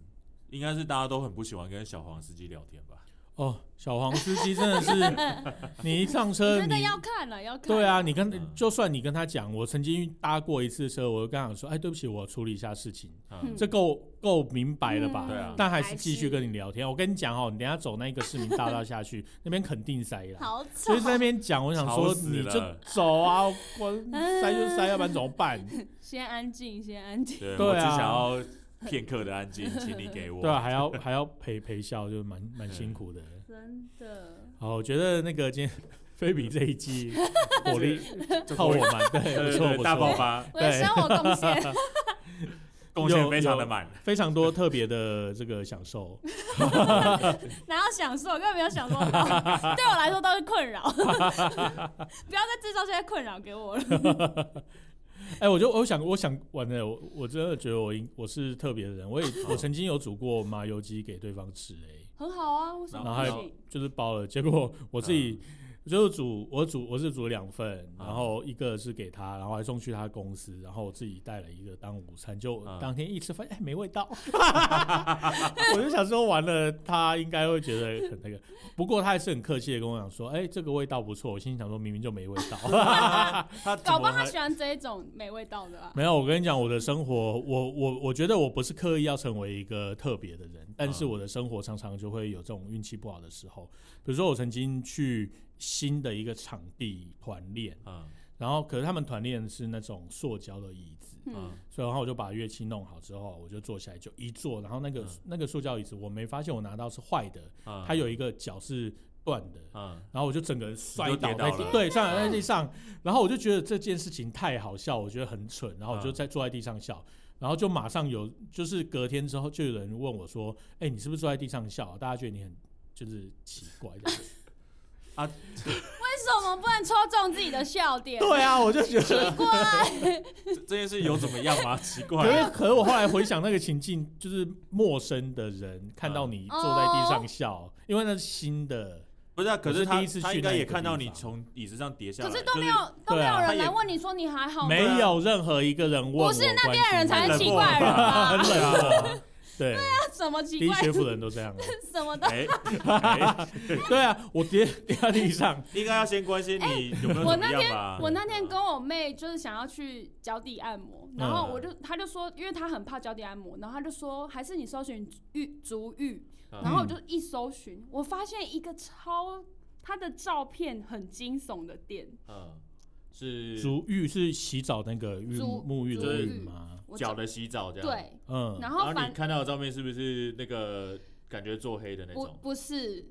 B: 应该是大家都很不喜欢跟小黄司机聊天吧？
A: 哦，小黄司机真的 是，你一上车
D: 真的
A: 你
D: 要看了，要看。
A: 对啊，，你
B: 嗯
A: 跟就算你跟他讲，我曾经搭过一次车，我就跟他讲说，哎，对不起，我处理一下事情，
B: 嗯
D: 嗯，
A: 这够够明白了吧？
D: 嗯
B: 对啊
A: 但还是继续跟
D: 还
A: 你聊天。我跟你讲哦，你等一下走那个市民大道下 去，那边肯定塞啦。
C: 好
A: 所
C: 丑
A: 以，在那边讲，我想
B: 吵
A: 说
B: 死
A: 你就
B: 了
A: 走啊，我塞就塞，要不然怎么 办？
D: 先安静，先安静。
B: 对，
A: 对
B: 我只
A: 啊
B: 想要片刻的安静，请你给我。
A: 对啊，还要还要陪陪笑，就蛮蛮辛苦的。
B: 嗯
D: 真的，
A: 好，我觉得那个今天 菲比这一季火力
B: 就
A: 靠我
B: 对
A: 们，对，
B: 对
A: 不错
B: 对，
A: 不
B: 大爆
A: 错，
B: 发，
D: 我的
A: 对
D: 生活贡献
B: 贡献
A: 有
B: 非常的满。
A: 非常多特别的这个享受。
D: 哪有享受，根本没有享受到， 对我来说都是困扰。 不要再制造这些困扰给我了。
A: 哎、我就我想我想玩的，我我真的觉得我应我是特别的人， 我也我曾经有煮过麻油鸡给对方吃、哎，
D: 很好啊，为什
A: 然后
D: 么
A: 还
D: 不
A: 有
D: 行？
A: 就是包了，结果我自己。就是煮，我煮我是煮两份，然后一个是给他，然后还送去他公司，然后我自己带了一个当午餐，就
B: 嗯
A: 当天一吃发现哎没味道，我就想说完了他应该会觉得很那个，不过他还是很客气的跟我讲说，哎这个味道不错，我心里想说明明就没味道，
B: 他怎
D: 搞不
B: 么
D: 好他
B: 还
D: 喜欢这一种没味道的啊。
A: 没有，我跟你讲，我的生活，我我我觉得我不是刻意要成为一个特别的人，但是
B: 嗯
A: 我的生活常常就会有这种运气不好的时候。比如说，我曾经去新的一个场地团练，
B: 嗯
A: 然后可是他们团练是那种塑胶的椅子，
D: 嗯
B: 嗯，
A: 所以然后我就把乐器弄好之后，我就坐下来就一坐，然后那个、
B: 嗯
A: 那个塑胶椅子我没发现我拿到是坏的，
B: 嗯，
A: 它有一个角是断的，
B: 嗯
A: 然后我就整个人摔倒
B: 你就跌倒
A: 在
B: 了
A: 地，对，摔倒
D: 嗯
A: 在地上。然后我就觉得这件事情太好笑，我觉得很蠢，然后
B: 嗯
A: 我就在坐在地上笑。然后就马上有，就是隔天之后就有人问我说：“哎、你是不是坐在地上笑？啊大家觉得你很就是奇怪的。
D: 为什么不能戳中自己的笑”点？啊
A: 对啊，我就觉得，
B: 这这件事有怎么样 吗？奇怪
A: 可，是可是我后来回想那个情境，就是陌生的人看
B: 嗯
A: 到你坐在地上笑，因为那是新的，
B: 不是啊，可
A: 我是
B: 他
A: 第一次去
B: 他应该
A: 那
B: 也
A: 个
B: 看到
A: 地
B: 你
A: 方
B: 从椅子上跌下来，
D: 啊可是都
B: 就
D: 没有都没
A: 对
D: 有
A: 啊
B: 他
D: 人
B: 也
D: 来问你说你还好吗？
A: 没有任何一个人问我
D: 不是那边的人才
A: 关
D: 是
A: 心
D: 奇
A: 你
D: 怪人吧？
A: 很冷
B: 啊
A: 漠，啊对，
D: 什么奇
A: 第一
D: 怪？
A: 学府的人都这样啊。
D: 什么的？
B: 哎哎，
A: 对啊，我跌跌在地上，
B: 应该要先关心你有没有
D: 哎我
B: 怎么样吧？
D: 我那天跟我妹就是想要去脚底按摩，然后我就
B: 嗯
D: 她就说，因为她很怕脚底按摩，然后她就说还是你搜寻玉足浴，
B: 嗯
D: 然后我就一搜寻，我发现一个超她的照片很惊悚的店，
B: 嗯是
A: 足浴是洗澡那个浴
D: 足
A: 沐浴
B: 足
A: 的浴吗？
D: 我
B: 脚的洗澡这样，
D: 对，
A: 嗯，
D: 然
B: 然
D: 后
B: 后
D: 反
B: 你看到的照片是不是那个感觉做黑的那
D: 不
B: 种？
D: 不是，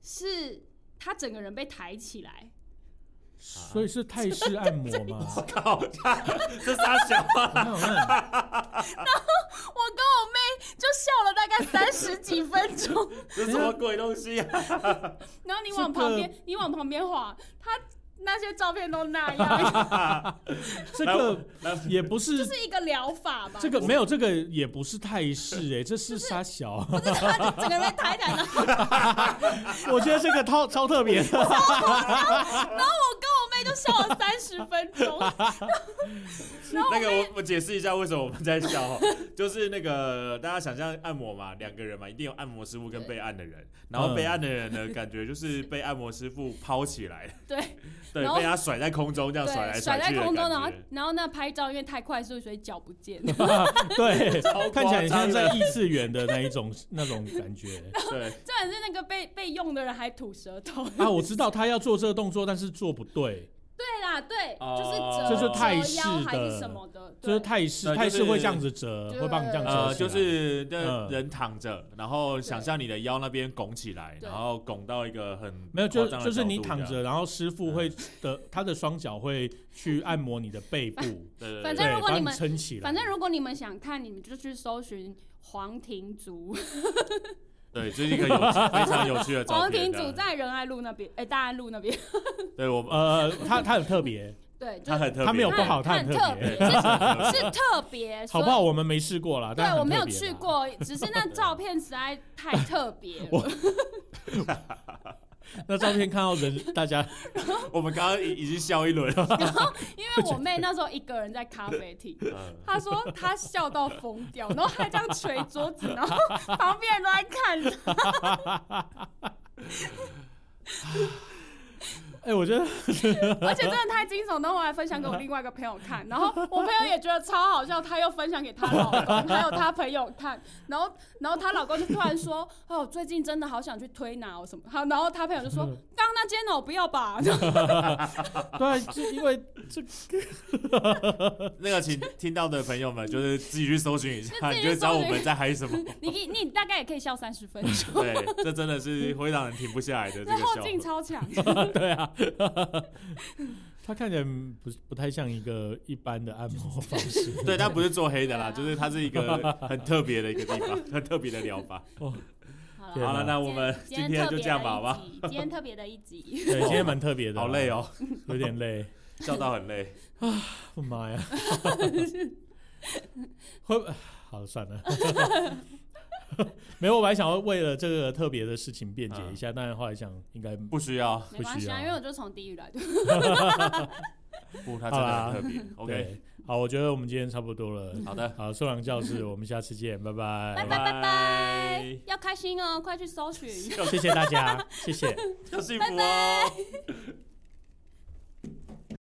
D: 是他整个人被抬起来，
A: 所以是泰式按摩吗？
B: 靠， 这傻小啊！
A: 我想问
D: 我跟我妹就笑 了大概三十几分钟。
B: 这什么鬼东西啊？
D: 然后你往旁边，你往旁边滑，他那些照片都那 样，
A: 这
B: 来
A: 个
B: 来
A: 也不。
D: 就是是一个疗法吧。
A: 这个没有，这个也不是泰式哎、这是沙小。
D: 不是他就整个人被抬起来，然后
A: 我觉得这个超超特别的，
D: 然后我跟我妹就笑了三十分钟。
B: 那个我我解释一下为什么我们在笑哦， 就是那个大家想象按摩嘛，两个人嘛，一定有按摩师
A: 嗯
B: 傅跟被按的人，然后被按的人呢，感觉就是被按摩师傅抛起来，
D: 对，
B: 对，
D: 然后
B: 被他甩在空中，这样甩来
D: 对，甩在
B: 去的
D: 空中，
B: 感
D: 然后
B: 觉
D: 然后那拍照因为太快速，所以脚不见 了。
A: 对，
B: 超
A: 看起来很像
B: 夸张
A: 在
B: 的
A: 异次元的那一种那种感觉。
B: 对，
D: 重点是那个被被用的人还吐舌头。
A: 啊，我知道他要做这个动作，但是做不对，
D: 对啦，对，
B: 哦
D: 就是折
B: 这是
A: 泰
D: 折
A: 式
D: 腰还
A: 的
D: 是什么的，
A: 就是
D: 对
A: 泰式，
B: 对
A: 泰式
B: 就是
A: 会这样子折，
D: 对
A: 会帮你这样折起来。
B: 呃，就是那
A: 嗯
B: 人躺着，然后想象你的腰那边拱起来，
D: 对
B: 然后拱到一个很
A: 没有，就
B: 夸张的
A: 就是你
B: 角度
A: 躺
B: 这样，
A: 着，
B: 嗯
A: 然后师傅会的，他的双脚会去按摩你的背部，
B: 对对对，
D: 反
A: 对
D: 正如，果
A: 把
D: 你
A: 你
D: 们
A: 撑起来。
D: 反正如果你们想看，你们就去搜寻黄庭竹，
B: 对，这是一个有非常有趣的照
D: 黄
B: 片。
D: 庭
B: 这
D: 竹
B: 样
D: 在仁爱路那边，哎、大安路那边，
B: 对我，
A: 呃，他他很特 别，
D: 对，就
B: 他
D: 是
B: 很特别，
A: 他没有不好
D: 它很
A: 它很特
D: 特别，
A: 别
D: 是
B: 好
D: 是特 别，
A: 好不好？？我们没试过啦，
D: 对
A: 但，
D: 啊
A: 啊很
D: 我没有
A: 特别啦
D: 去。过，只是那照片实在太特别了。
A: 我那照片看到人，大家
B: 我们刚刚已已经笑一轮了。
D: 然后，因为我妹那时候一个人在咖啡厅，
B: 嗯
D: 她说她笑到疯掉，然后她这样捶桌子，然后旁边人都在看她。
A: 哎，我觉得
D: 而且真的太惊悚，然后我还分享给我另外一个朋友看，然后我朋友也觉得超好笑，他又分享给她老公，还有她朋友看，然后然后她老公就突然说：“ 哦，最近真的好想去推拿哦什么。”好，然后她朋友就说：“刚刚那间哦，不要吧。
A: 对啊，就因为这
B: 那个，请听到的朋友们就是自己去搜寻一下，
D: 就自
B: 你
D: 己去
B: 就会知道我们在嗨什 么。
D: 你你你大概也可以笑三十分钟，
B: 对，这真的是会让人停不下来的这
D: 那
B: 个
D: 后
B: 笑
D: 劲
B: 话。
D: 超强。
A: 对啊，他看起来不是不太像一个一般的按摩方式。
B: 对，但不是做黑的啦，
D: 对啊
B: 就是它是一个很特别的一个地 方，很特别的疗法。
D: 好
A: 天哪
B: 好
D: 了，
B: 了，那我们今天就这样吧，好吧？
C: 今天特别的一 集，
A: 对，今天蛮特别的，
B: 哦好累，哦，
A: 有点累。
B: 笑到很累。
A: 我妈 呀！啊会不好了，算了。没有，我本来想要为了这个特别的事情辩解一
B: 啊
A: 下，但是后来想应该
B: 不需要，
D: 没关系啊，因为我就从地狱来的。
B: 不，它真的很特别。OK，
A: 对好，我觉得我们今天差不多了。
B: 好的，
A: 好，收养教室，我们下次见，拜
D: 拜
A: 拜。
D: 拜拜拜，要开心哦，快去搜寻。
B: 哦
A: 谢谢大家，谢谢。
B: 要幸福哦。